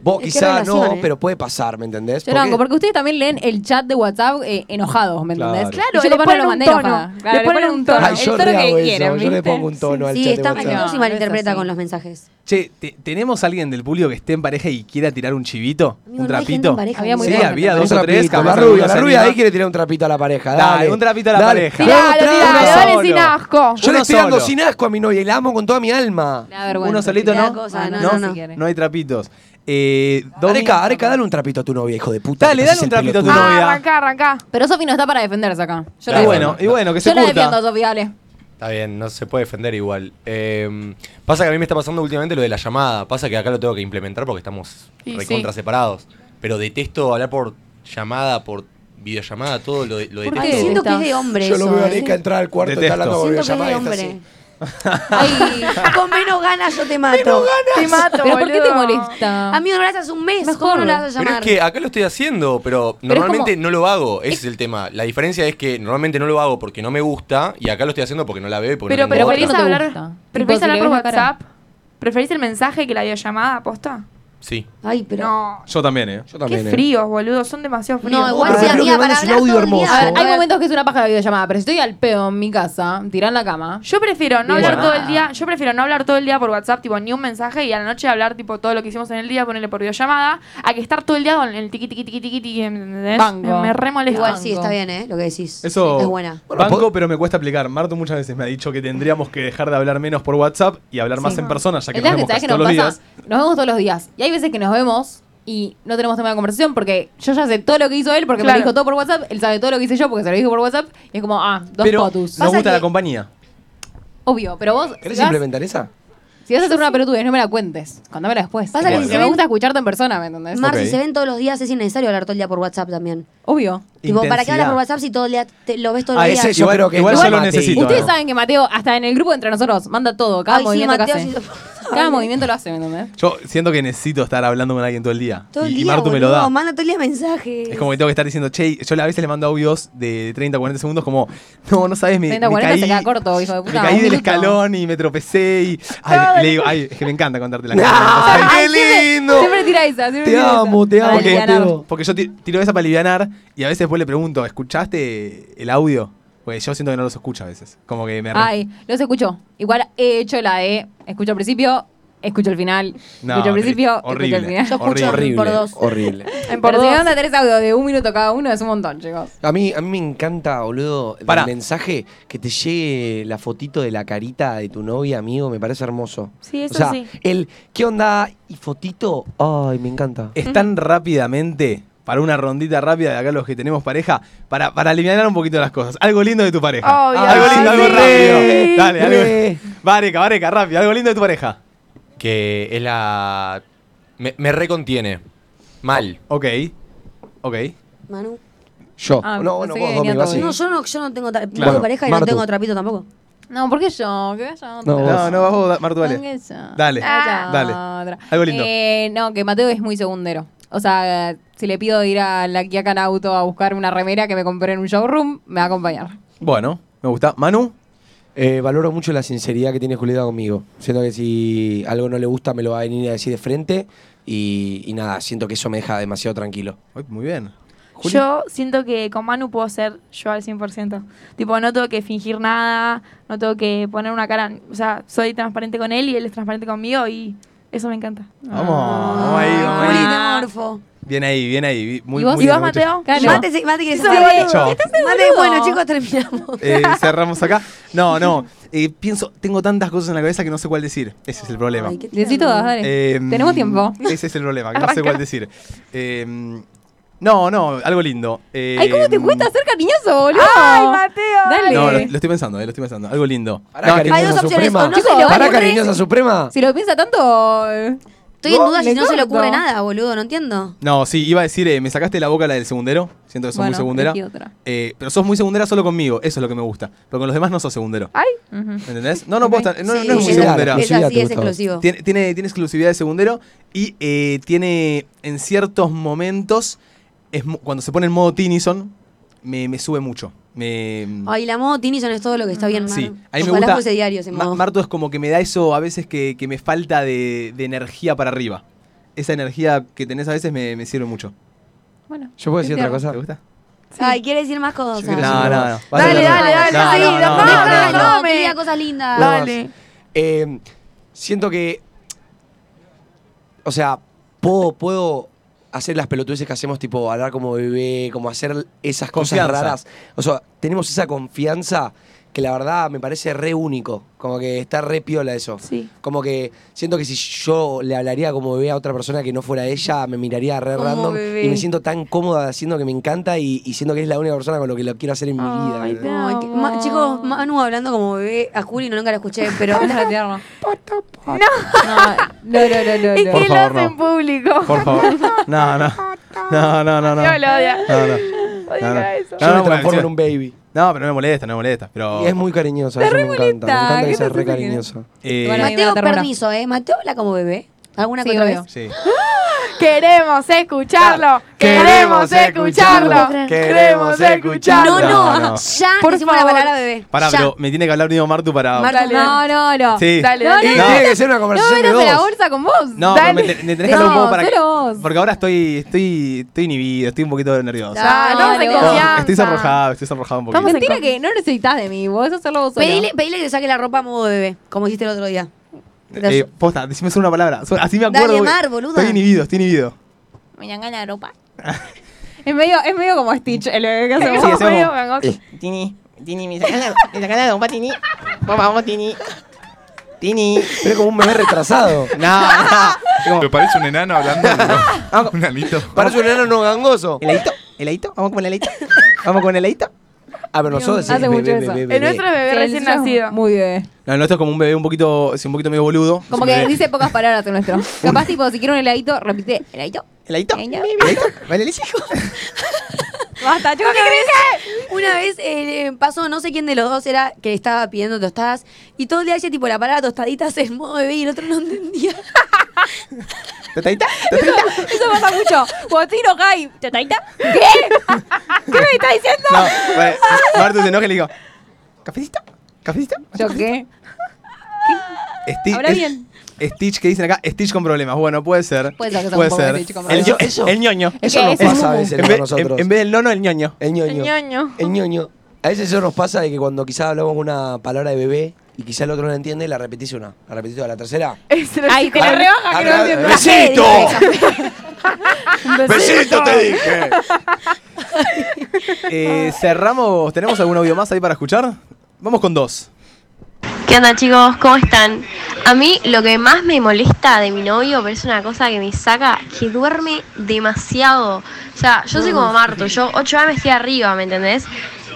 S1: Vos
S3: Es que
S1: quizá
S3: relación,
S1: no,
S3: ¿eh?
S1: pero puede pasar, ¿me entendés?
S4: Yo banco,
S1: Porque-
S4: porque ustedes también leen el chat de WhatsApp eh, enojados, ¿me
S5: Claro.
S4: entendés?
S2: Claro,
S4: Y
S2: le
S4: yo capaz no
S2: ponen
S4: lo
S2: un
S4: mandé
S2: tono.
S4: enojada.
S2: Le
S4: Claro, le
S2: ponen
S4: ponen
S2: un
S4: un
S2: tono.
S4: tono.
S1: Ay,
S4: el
S1: yo
S4: tono
S1: re hago
S4: que
S1: eso,
S4: quieren,
S1: yo le
S4: ¿viste?
S1: pongo un tono al
S3: Sí,
S1: chat de
S3: está,
S1: WhatsApp.
S3: no se
S4: No,
S3: malinterpreta
S4: no es así.
S3: con los mensajes.
S5: Che, te- ¿tenemos alguien del público que esté en pareja y quiera tirar un chivito?
S3: Amigo,
S5: ¿Un
S3: no hay gente
S5: trapito?
S3: en pareja,
S4: Había
S3: amigo.
S4: muy
S5: sí,
S4: buena
S5: había
S4: gente.
S5: dos o tres.
S1: Trapito,
S5: capaz
S1: la rubia,
S5: alguno
S1: la
S5: se
S1: rubia
S5: anima.
S1: ahí quiere tirar un trapito a la pareja.
S5: Dale,
S1: Dale,
S5: un trapito a la
S1: Dale,
S5: pareja.
S1: dale,
S2: Tiralo,
S1: trago,
S2: tiralo,
S1: trago.
S2: dale
S5: solo.
S2: sin asco.
S1: Yo le
S5: Uno
S1: estoy dando
S5: solo.
S1: sin asco a mi novia y la amo con toda mi alma.
S4: La vergüenza.
S5: Uno solito,
S3: Me da
S5: ¿no? ah,
S3: cosa,
S4: no,
S5: no,
S4: no, no. si quiere.
S5: no hay trapitos. Eh, Domi-
S1: Areca, Areca, dale un trapito a tu novia, hijo de puta.
S5: Dale,
S1: que te
S5: dale
S1: haces
S5: un
S1: el
S5: trapito a tu
S1: pelotudo.
S5: novia.
S2: Ah, arrancá, arrancá.
S4: Pero Sofi no está para defenderse acá. Yo la
S5: y
S6: Claro.
S4: defiendo.
S5: bueno, y bueno, que se
S4: Yo la
S5: curta.
S4: defiendo, Sofi, dale.
S6: Está bien, no se puede defender igual. Eh, pasa que a mí me está pasando últimamente lo de la llamada. Pasa que acá lo tengo que implementar porque estamos
S2: Y sí.
S6: recontra separados. Pero detesto hablar por llamada, por videollamada, todo lo, de- lo
S4: ¿Por
S6: detesto.
S3: Ay,
S4: qué?
S3: siento
S4: Está.
S3: que es de hombre
S1: Yo
S3: eso.
S1: lo veo a
S3: eh.
S1: Areca entrar al cuarto, está
S5: Detesto.
S1: hablando con
S3: Siento que es
S1: videollamada
S3: de
S1: y está
S3: hombre.
S1: así.
S4: Ay,
S5: <laughs>
S3: Con menos ganas yo te mato.
S2: Te mato,
S4: pero ¿por qué te
S2: boludo.
S4: molesta?
S3: Amigo, no le haces un mes. ¿Cómo
S4: Mejor.
S3: no le vas a
S6: Pero
S3: llamar?
S6: es que acá lo estoy haciendo, pero
S4: Pero es
S6: normalmente
S4: como-
S6: no lo hago. Ese es el tema. La diferencia es que normalmente no lo hago porque no me gusta y acá lo estoy haciendo porque no la veo y porque
S2: Pero,
S6: no
S2: pero
S6: tengo
S4: ¿por
S6: otra.
S4: qué
S2: preferís
S4: no te
S2: hablar,
S4: gusta?
S2: preferís
S4: Tipo, si
S2: hablar
S4: le
S2: por
S4: ves la cara.
S2: WhatsApp. ¿Preferís el mensaje que la videollamada, aposta?
S6: Sí.
S3: Ay, pero.
S2: No.
S5: Yo también, ¿eh?
S1: Yo
S2: Qué fríos, boludo. Son demasiado fríos.
S3: No, igual
S1: Pero
S3: si
S1: creo que
S3: amiga, para
S1: mandes un
S3: hablar
S1: audio
S3: todo el día.
S1: hermoso.
S4: A ver, hay
S3: Bueno.
S4: momentos que es una paja la videollamada, pero si estoy al pedo en mi casa, tirá en la cama.
S2: Yo prefiero no
S4: Bueno.
S2: hablar todo el día, yo prefiero no hablar todo el día por WhatsApp, tipo ni un mensaje y a la noche hablar tipo todo lo que hicimos en el día, ponerle por videollamada, a que estar todo el día con el tiqui tiqui tiqui tiqui tiqui, ¿entendés?
S4: Banco.
S2: Me, me re molesta.
S3: Igual sí,
S4: Banco.
S3: está bien, ¿eh? Lo que decís.
S5: Eso
S3: Es buena.
S5: banco, pero me cuesta aplicar. Marto muchas veces me ha dicho que tendríamos que dejar de hablar menos por WhatsApp y hablar más en persona, ya que
S4: El
S5: nos
S4: tema es
S5: vemos
S4: que, ¿sabes
S5: casi
S4: qué
S5: todos
S4: nos
S5: los
S4: pasa?
S5: días.
S4: Nos vemos todos los días. Y hay veces que nos vemos y no tenemos tema de conversación porque yo ya sé todo lo que hizo él porque me
S2: Claro.
S4: lo dijo todo por WhatsApp, él sabe todo lo que hice yo porque se lo dijo por WhatsApp y es como, ah, dos
S5: Pero
S4: potus.
S5: nos
S3: Pasa
S5: gusta la
S3: que-
S5: compañía.
S4: Obvio, pero vos.
S1: ¿Querés
S4: si vas-
S1: implementar esa?
S4: Si vas a hacer una pelotudez, no me la cuentes. Contámela después.
S3: Pasa
S5: que
S4: Porque
S5: si se
S4: me
S3: ven-
S4: gusta escucharte en persona, ¿me entendés?
S3: Mar,
S5: Ok.
S3: si se ven todos los días, es innecesario hablar todo el día por WhatsApp también.
S4: Obvio.
S3: Tipo, ¿para qué hablas
S5: Intensidad.
S3: por WhatsApp si todo el día te- lo ves todos
S1: Ah,
S3: los días?
S1: ese yo
S5: Igual-
S1: creo que
S5: igual
S1: no,
S5: yo lo
S1: Mati.
S5: necesito, eh.
S1: Ustedes
S4: Ustedes
S5: ¿no?
S4: saben que Mateo, hasta en el grupo entre nosotros, manda todo, cada
S3: Ay, sí,
S4: movimiento
S3: Mateo,
S4: que hace.
S3: sí,
S4: Cada movimiento lo hace, ¿me entendés?
S5: Yo siento que necesito estar hablando con alguien todo el día.
S3: <laughs> Todo el
S5: y, y
S3: día,
S5: Marto me lo
S3: boludo,
S5: da.
S3: Manda todo el día mensajes.
S5: Es como que tengo que estar diciendo, che, yo a veces le mando audios de 30 40 segundos como, no, no sabes, me,
S4: 30,
S5: me
S4: 40 se
S5: caí-
S4: queda corto, hijo de puta.
S5: Me caí
S4: un
S5: del
S4: minuto.
S5: escalón y me tropecé y. Ay, le digo, ay, es que me encanta contarte la
S1: No.
S5: cara.
S1: Ay,
S4: Ay, siempre- Siempre tira esa, siempre
S1: Te
S4: tira
S1: amo,
S4: esa.
S1: te amo,
S4: Para
S5: Porque,
S4: alivianar.
S5: porque yo ti- tiro esa para alivianar y a veces después le pregunto, ¿escuchaste el audio? Porque yo siento que no los escucho a veces. Como que me. re-
S4: Ay, los escucho. Igual he hecho la de escucho al principio, escucho al final,
S5: No,
S4: escucho al
S5: horri-
S4: principio,
S5: horrible.
S4: escucho al
S5: <laughs>
S4: final.
S3: Yo escucho
S5: Horrible.
S3: por dos.
S1: Horrible.
S2: En por
S4: Pero si
S2: dos.
S4: me van a tres audios de un minuto cada uno es un montón, chicos.
S1: A mí, a mí me encanta, boludo, el
S5: Pará.
S1: mensaje que te llegue la fotito de la carita de tu novia, amigo, me parece hermoso.
S2: Sí, eso
S1: o sea,
S2: sí.
S1: el ¿qué onda? y fotito, ay, me encanta.
S5: Es tan rápidamente, para una rondita rápida de acá los que tenemos pareja, para, para aliviar un poquito las cosas. Algo lindo de tu pareja.
S2: Obvio.
S5: algo
S2: Ay,
S5: lindo, algo
S2: sí.
S5: rápido. Dale,
S1: Re.
S5: algo. Vareca, vareca, rápido. Algo lindo de tu pareja.
S6: Que es la. Me, me recontiene. Mal.
S5: Ok. Ok.
S3: Manu.
S1: Yo.
S4: Ah,
S1: no, bueno,
S4: pensé
S1: vos,
S4: que
S1: Domi,
S4: venía
S1: vas
S4: todo
S1: sí.
S3: No, yo no, yo no tengo, tra- no
S1: Claro.
S3: tengo pareja y
S1: Martu.
S3: no tengo trapito tampoco.
S4: No, ¿por qué yo? ¿Qué yo?
S1: No, vos.
S5: No, no, vas vos, Martu,
S4: ¿Por
S5: dale.
S4: qué yo?
S5: Dale,
S4: Ah,
S5: dale.
S4: otra.
S5: Algo lindo.
S4: Eh, no, que Mateo es muy segundero. O sea, si le pido ir a la Kia en auto a buscar una remera que me compré en un showroom, me va a acompañar.
S5: Bueno, me gusta. Manu,
S1: Eh, valoro mucho la sinceridad que tiene Julieta conmigo. Siento que si algo no le gusta me lo va a venir a decir de frente y, y nada, siento que eso me deja demasiado tranquilo.
S5: Ay, muy bien. Juli.
S2: Yo siento que con Manu puedo ser yo al 100%. Tipo, no tengo que fingir nada, no tengo que poner una cara. O sea, soy transparente con él y él es transparente conmigo y eso me encanta.
S5: Vamos, vamos ahí, vamos
S3: Juli,
S5: ahí.
S3: te morfo.
S5: Bien ahí, bien ahí. vi- Muy,
S4: ¿Y vos?
S5: muy
S2: ¿Y vos,
S5: bien,
S2: Mateo?
S4: Claro.
S3: Mate, sí, mate, que
S2: Eso
S3: se
S2: es
S3: mate.
S5: Chao.
S3: Mate,
S4: boludo?
S3: bueno,
S5: <laughs>
S3: chicos, terminamos.
S5: Eh, cerramos acá. No, no. eh, pienso, tengo tantas cosas en la cabeza que no sé cuál decir. Ese es el problema.
S3: Ay, qué
S4: Necesito
S3: tierno.
S4: todas, dale.
S5: Eh,
S4: Tenemos tiempo.
S5: Ese es el problema, que no sé cuál decir. Eh, no, no, algo lindo. Eh,
S4: Ay, ¿cómo te cuesta ser cariñoso, boludo?
S2: Ay, Mateo.
S4: Oh. Dale.
S5: No, lo, lo estoy pensando, eh, lo estoy pensando. Algo lindo.
S1: Pará,
S5: No, es que-
S3: Hay dos
S1: cariñosa
S3: opciones,
S1: suprema.
S3: o no se le
S4: Chicos,
S1: Pará,
S3: ocurre-
S1: cariñosa suprema.
S4: Si lo piensa tanto. eh,
S3: Estoy en duda
S4: le
S3: si no se le
S4: corto.
S3: ocurre nada, boludo, no entiendo.
S5: no, sí, iba a decir, eh, me sacaste la boca la del segundero. Siento que sos
S4: Bueno,
S5: muy segundera.
S4: elegí otra.
S5: Eh, pero sos muy segundera solo conmigo. Eso es lo que me gusta. Pero con los demás no sos segundero.
S2: Ay,
S5: ¿Entendés? No, no, posta, Eh, no, no
S3: Sí,
S5: es muy
S1: esa-
S5: segundera.
S3: Es
S1: Exclusividad
S3: así,
S1: te
S3: es
S1: gustaba.
S3: exclusivo.
S5: Tiene, tiene, tiene exclusividad de segundero y eh, tiene en ciertos momentos, es mu- cuando se pone en modo Tinison, me, me sube mucho. Me,
S3: Ay, la modo Tinison es todo lo que está bien,
S5: sí,
S3: Manu.
S5: a mí me
S3: Ojalá
S5: gusta.
S3: fuese diario ese
S5: Ma-
S3: modo.
S5: Marto es como que me da eso a veces que, que me falta de, de energía para arriba. Esa energía que tenés a veces me, me sirve mucho.
S4: Bueno.
S1: Yo puedo decir otra cosa.
S5: ¿Te gusta?
S3: Ay, quiere decir más cosas.
S1: Yo quiero decir-
S5: No, no, no. Vas a
S2: Dale,
S5: hablar-
S2: dale, dale,
S5: No,
S2: sí,
S5: no, no,
S2: no,
S5: no,
S2: no,
S5: no, no.
S2: no, me-
S3: me diga cosas lindas.
S1: No,
S2: dale.
S1: Eh, siento que. O sea, puedo, puedo hacer las pelotudeces que hacemos, tipo hablar como bebé, como hacer esas cosas
S5: Confianza.
S1: raras. O sea, tenemos esa confianza que la verdad me parece re único. Como que está re piola eso.
S2: Sí.
S1: Como que siento que si yo le hablaría como bebé a otra persona que no fuera ella, me miraría re
S3: Como
S1: random.
S3: bebé.
S1: Y me siento tan cómoda haciendo que me encanta y, y siento que es la única persona con la que lo quiero hacer en mi
S2: Ay,
S1: vida.
S2: te
S3: Ay, qué-
S2: amo.
S3: Ma- chicos, Manu hablando como bebé a Juli, no nunca la escuché,
S5: <laughs>
S3: pero.
S4: No. No, no, no, no.
S2: Y
S4: no.
S2: que lo
S5: favor,
S2: hace en público.
S5: Por favor. No, no. No,
S2: <laughs>
S5: no, no, no.
S2: Yo lo odia.
S5: No, no.
S2: Odia
S5: no.
S2: eso.
S1: Yo
S5: No,
S1: me
S5: no,
S1: transformo
S5: bueno,
S1: en un baby.
S5: No, pero no me molesta, no me molesta. Pero
S1: Y es muy cariñosa, eso me encanta. Me
S4: molesta,
S1: encanta
S4: ¿qué
S1: que sea
S4: te
S1: re
S4: hace que-
S1: cariñosa.
S5: eh,
S4: Bueno, ahí me da
S3: Mateo,
S4: ternura.
S3: permiso, ¿eh? Mateo habla como bebé. ¿Alguna
S4: Sí,
S3: que otra
S4: obvio.
S3: vez?
S5: Sí.
S2: Queremos escucharlo.
S5: Queremos
S2: Queremos
S5: escucharlo.
S2: escucharlo.
S5: Queremos escucharlo.
S3: No, no,
S5: No, no.
S3: ya
S2: Por
S3: hicimos
S2: favor.
S3: la palabra bebé.
S5: Pará,
S3: ya.
S5: pero me tiene que hablar Nino Martu para.
S3: Martu,
S2: Dale.
S4: No, no, no.
S5: Sí.
S2: Dale,
S4: No,
S2: dale.
S1: Y
S4: no,
S1: tiene que ser una
S4: No
S1: conversación
S4: me metas
S1: de
S4: en la
S1: dos.
S4: bolsa con vos.
S5: No,
S2: Dale.
S5: pero me, te- me tenés que hablar un
S4: No,
S5: poco para.
S4: cero vos.
S5: Porque ahora estoy, estoy, estoy inhibido, estoy un poquito nervioso.
S2: Dale, estamos en
S4: Dale,
S2: confianza.
S5: Estoy sonrojado, estoy sonrojado un poquito.
S2: Estamos-
S4: Mentira que no necesitas de mí, vos hacerlo vos solo.
S3: Pedile, pedile que te saque la ropa a modo bebé, como hiciste el otro día.
S5: Eh, posta, decime solo una palabra. so- Así me
S3: Dale,
S5: acuerdo. porque
S3: Mar, boluda.
S5: Estoy inhibido, estoy inhibido.
S4: Me ñangan la ropa. es, medio, es medio como Stitch el bebé que hacemos.
S5: Sí, hacemos-
S2: Medio gangoso.
S11: Tini, Tini, me sacás la, me sacás la ropa, Tini. Por favor, Tini. Tini.
S1: Pero es como un bebé <laughs> retrasado.
S11: No,
S1: Ah,
S11: no.
S7: Me parece un
S4: <laughs>
S7: enano hablando. ¿no? un anito.
S6: Ah,
S1: Parece un enano no gangoso.
S11: ¿Heladito? ¿Heladito? ¿Vamos con heladito? ¿Vamos con heladito?
S1: Ah, pero nosotros
S4: Hace mucho eso.
S2: El Eh, nuestro bebé
S4: Sí,
S2: recién
S4: el suyo es
S2: nacido.
S4: Muy bien.
S5: No, no, esto es como un bebé un poquito, es un poquito medio boludo.
S4: Como
S5: Es un
S4: que
S5: bebé.
S4: dice pocas palabras
S1: <laughs>
S4: el nuestro. Capaz, tipo, si quiero un heladito, repite, heladito.
S11: ¿Heladito?
S4: Niño.
S11: ¿Heladito? ¿Vale, Liz?
S3: Basta, yo una
S2: <laughs>
S3: vez, una vez eh, pasó, no sé quién de los dos era que estaba pidiendo tostadas y todo el día decía tipo la palabra tostaditas en modo bebé y el otro no entendía.
S11: ¿Totadita?
S4: Eso pasa mucho. Cuando estoy enojada y, ¿Tataita? ¿Qué? ¿Qué me está diciendo?
S5: No, vale. Martu se enoja y le digo, ¿cafecito? ¿Cafecito?
S4: ¿Yo qué?
S5: Sti-
S4: Habla
S5: es-
S4: bien.
S5: Stitch, que dicen acá? Stitch con problemas. Bueno, puede ser.
S4: Puede ser que sea un
S5: Puede
S4: poco
S5: ser.
S4: Stitch con
S5: El,
S4: problemas.
S5: ño-
S1: Eso-
S5: el ñoño.
S1: Eso
S4: que
S1: nos
S4: es un
S1: pasa a
S4: mumu.
S1: veces
S5: En
S1: con
S5: vez,
S1: nosotros.
S5: en- en vez del nono, el ñoño.
S1: El
S2: El
S1: ñoño.
S2: ñoño.
S1: El ñoño. A veces eso nos pasa de que cuando quizás hablamos una palabra de bebé y quizás el otro no la entiende, la repetís una. La repetís a la tercera.
S2: Es el
S4: Ay, te la
S2: chico.
S4: rebaja que no
S1: Arre-
S4: entiendo.
S1: ¡Besito!
S2: Un besito.
S1: ¡Besito te dije!
S4: <laughs>
S5: Eh, cerramos. ¿Tenemos algún audio más ahí para escuchar? Vamos con dos.
S12: ¿Qué onda chicos? ¿Cómo están? A mí lo que más me molesta de mi novio, pero es una cosa que me saca, que duerme demasiado. O sea, yo soy como Marto, yo 8 AM estoy arriba, ¿me entendés?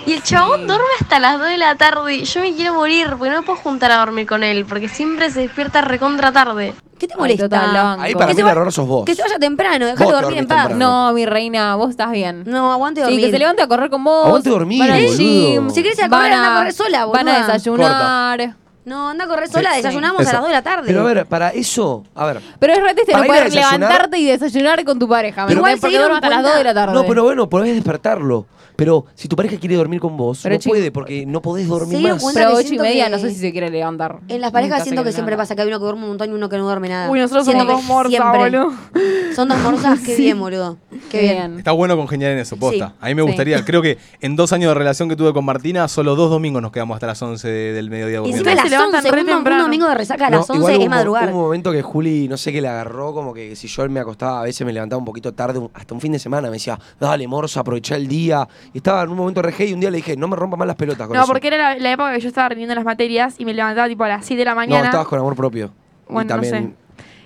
S12: Y el chabón duerme hasta las 2 de la tarde. y Yo me quiero morir porque no me puedo juntar a dormir con él, porque siempre se despierta recontra tarde.
S3: ¿Qué te
S4: Ay, total,
S3: molesta?
S4: banco.
S1: Ahí para
S3: Que
S1: mí
S3: se
S1: el
S3: va-
S1: error sos vos.
S3: que se vaya temprano,
S1: Vos
S3: déjalo
S1: te
S3: dormir en
S1: dormís
S3: paz.
S1: temprano.
S4: No, mi reina, vos estás bien.
S3: No, aguante
S4: Sí,
S3: dormir.
S4: que se levante a correr con vos.
S1: Aguante dormir,
S4: van al
S1: boludo.
S4: gym,
S1: Si
S3: querés ir a correr,
S4: van
S3: anda a correr sola,
S4: Van a
S3: boluda.
S4: desayunar.
S3: No, anda a correr sola, desayunamos a
S5: Eso.
S3: las 2 de la tarde.
S1: Pero a ver, para eso, a ver.
S4: Pero es re triste
S1: Para
S4: no
S1: ir a
S4: poder
S1: desayunar-
S4: levantarte y desayunar con tu pareja. ¿me
S1: Pero
S4: entendés?
S3: igual se
S4: porque
S3: dieron
S4: duermo hasta las
S3: cuenta-
S4: 2 de la tarde.
S1: No, pero bueno, podés despertarlo. Pero si tu pareja quiere dormir con vos,
S4: Pero
S1: no
S4: chico-
S1: puede porque no podés dormir
S3: Sí,
S1: más.
S3: bueno.
S4: Pero
S3: que
S4: 8 y
S3: siento
S4: media
S3: que-
S4: no sé si se quiere levantar.
S3: En las
S4: Nunca
S3: parejas
S4: se
S3: siento que
S4: quiere
S3: siempre
S4: levantar.
S3: pasa que hay uno que duerme un montón y uno que no duerme nada.
S2: Uy, nosotros
S3: Siento
S2: somos
S3: que
S2: dos morsas,
S3: siempre.
S2: boludo. Eh,
S3: Son dos
S2: <laughs>
S3: morsas, qué bien, boludo. Qué bien.
S5: Está bueno congeniar en eso, posta.
S3: Sí.
S5: a mí me
S4: Sí.
S5: gustaría, creo que en dos años de relación que tuve con Martina, solo dos domingos nos quedamos hasta las 11 de- del mediodía.
S3: Y
S5: durmiendo.
S3: encima a
S2: Se
S3: las
S2: levantan
S3: 11,
S2: re
S3: un, un
S2: temprano.
S3: domingo de resaca a
S1: No,
S3: las
S1: igual
S3: 11
S1: hubo
S3: es
S1: un mo-
S3: madrugar.
S1: Hubo un momento que Juli, no sé qué le agarró, como que si yo me acostaba, a veces me levantaba un poquito tarde, un- hasta un fin de semana, me decía, dale, morsa, aprovecha el día. Y estaba en un momento re heavy y un día le dije, no me rompa más las pelotas con
S2: No,
S1: eso".
S2: porque era la, la época que yo estaba rindiendo las materias y me levantaba tipo a las 6 de la
S1: No,
S2: mañana.
S1: estabas con amor propio.
S2: Bueno,
S1: y
S2: no
S1: también,
S2: sé.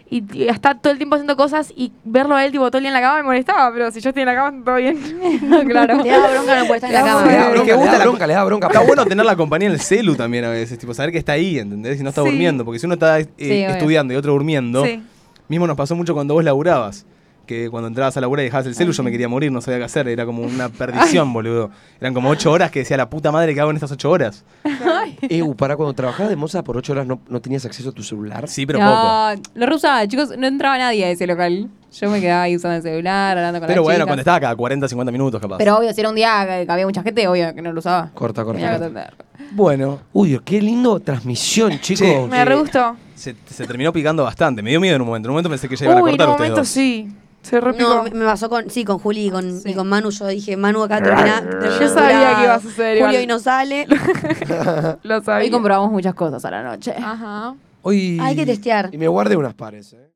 S2: Y, y estar todo el tiempo haciendo cosas y verlo a él tipo todo el día en la cama me molestaba, pero si yo estoy en la cama, todo bien. <laughs> no, claro.
S3: Te da bronca no poder estar en la
S2: Te da
S3: cama.
S1: Le da
S5: Es
S1: bronca,
S5: que
S1: le
S5: gusta
S1: da
S5: la-
S1: bronca, le da bronca.
S5: Está
S1: <laughs> pero-
S5: bueno tener la compañía en el celu también a veces, tipo saber que está ahí, ¿entendés? Y no está
S2: Sí.
S5: durmiendo, porque si uno está eh,
S4: obvio.
S5: estudiando y otro durmiendo,
S2: Sí.
S5: mismo nos pasó mucho cuando vos laburabas, que cuando entrabas a laburar y dejabas el celu yo me quería morir, no sabía qué hacer, era
S4: <laughs>
S5: como una perdición, boludo. Eran como ocho horas que decía la puta madre que hago en estas ocho horas.
S1: Eu, para cuando trabajabas de moza por ocho horas no, no tenías acceso a tu celular.
S5: Sí, pero poco.
S4: no, lo reusaba, chicos, no entraba nadie a ese local. Yo me quedaba ahí usando el celular, hablando con
S5: Pero
S4: las
S5: bueno,
S4: chicas.
S5: cuando estaba cada 40, 50 minutos capaz.
S4: Pero obvio, si era un día que que había mucha gente, obvio que no lo usaba.
S1: Corta,
S4: Tenía
S1: corta.
S4: que
S1: corta.
S4: atender.
S5: bueno.
S1: Uy, Dios, qué lindo transmisión, chicos.
S5: Sí.
S2: Me re gustó.
S5: Se, se terminó picando bastante. Me dio miedo en un momento. En un momento pensé que ya iban a
S2: Uy, en
S5: cortar
S2: un
S5: ustedes
S2: momento
S5: dos.
S2: sí. Se repicó.
S3: No, me me pasó con, sí, con Juli y con,
S4: Sí.
S3: y con Manu. Yo dije, Manu acá termina.
S2: <laughs> Yo sabía que iba a suceder
S3: Julio
S2: igual.
S3: hoy no sale.
S2: Lo sabía.
S3: Ah,
S4: Hoy comprobamos muchas cosas a la noche.
S2: Ajá.
S1: Hoy...
S3: Hay que testear.
S1: Y me guardé unas pares, eh.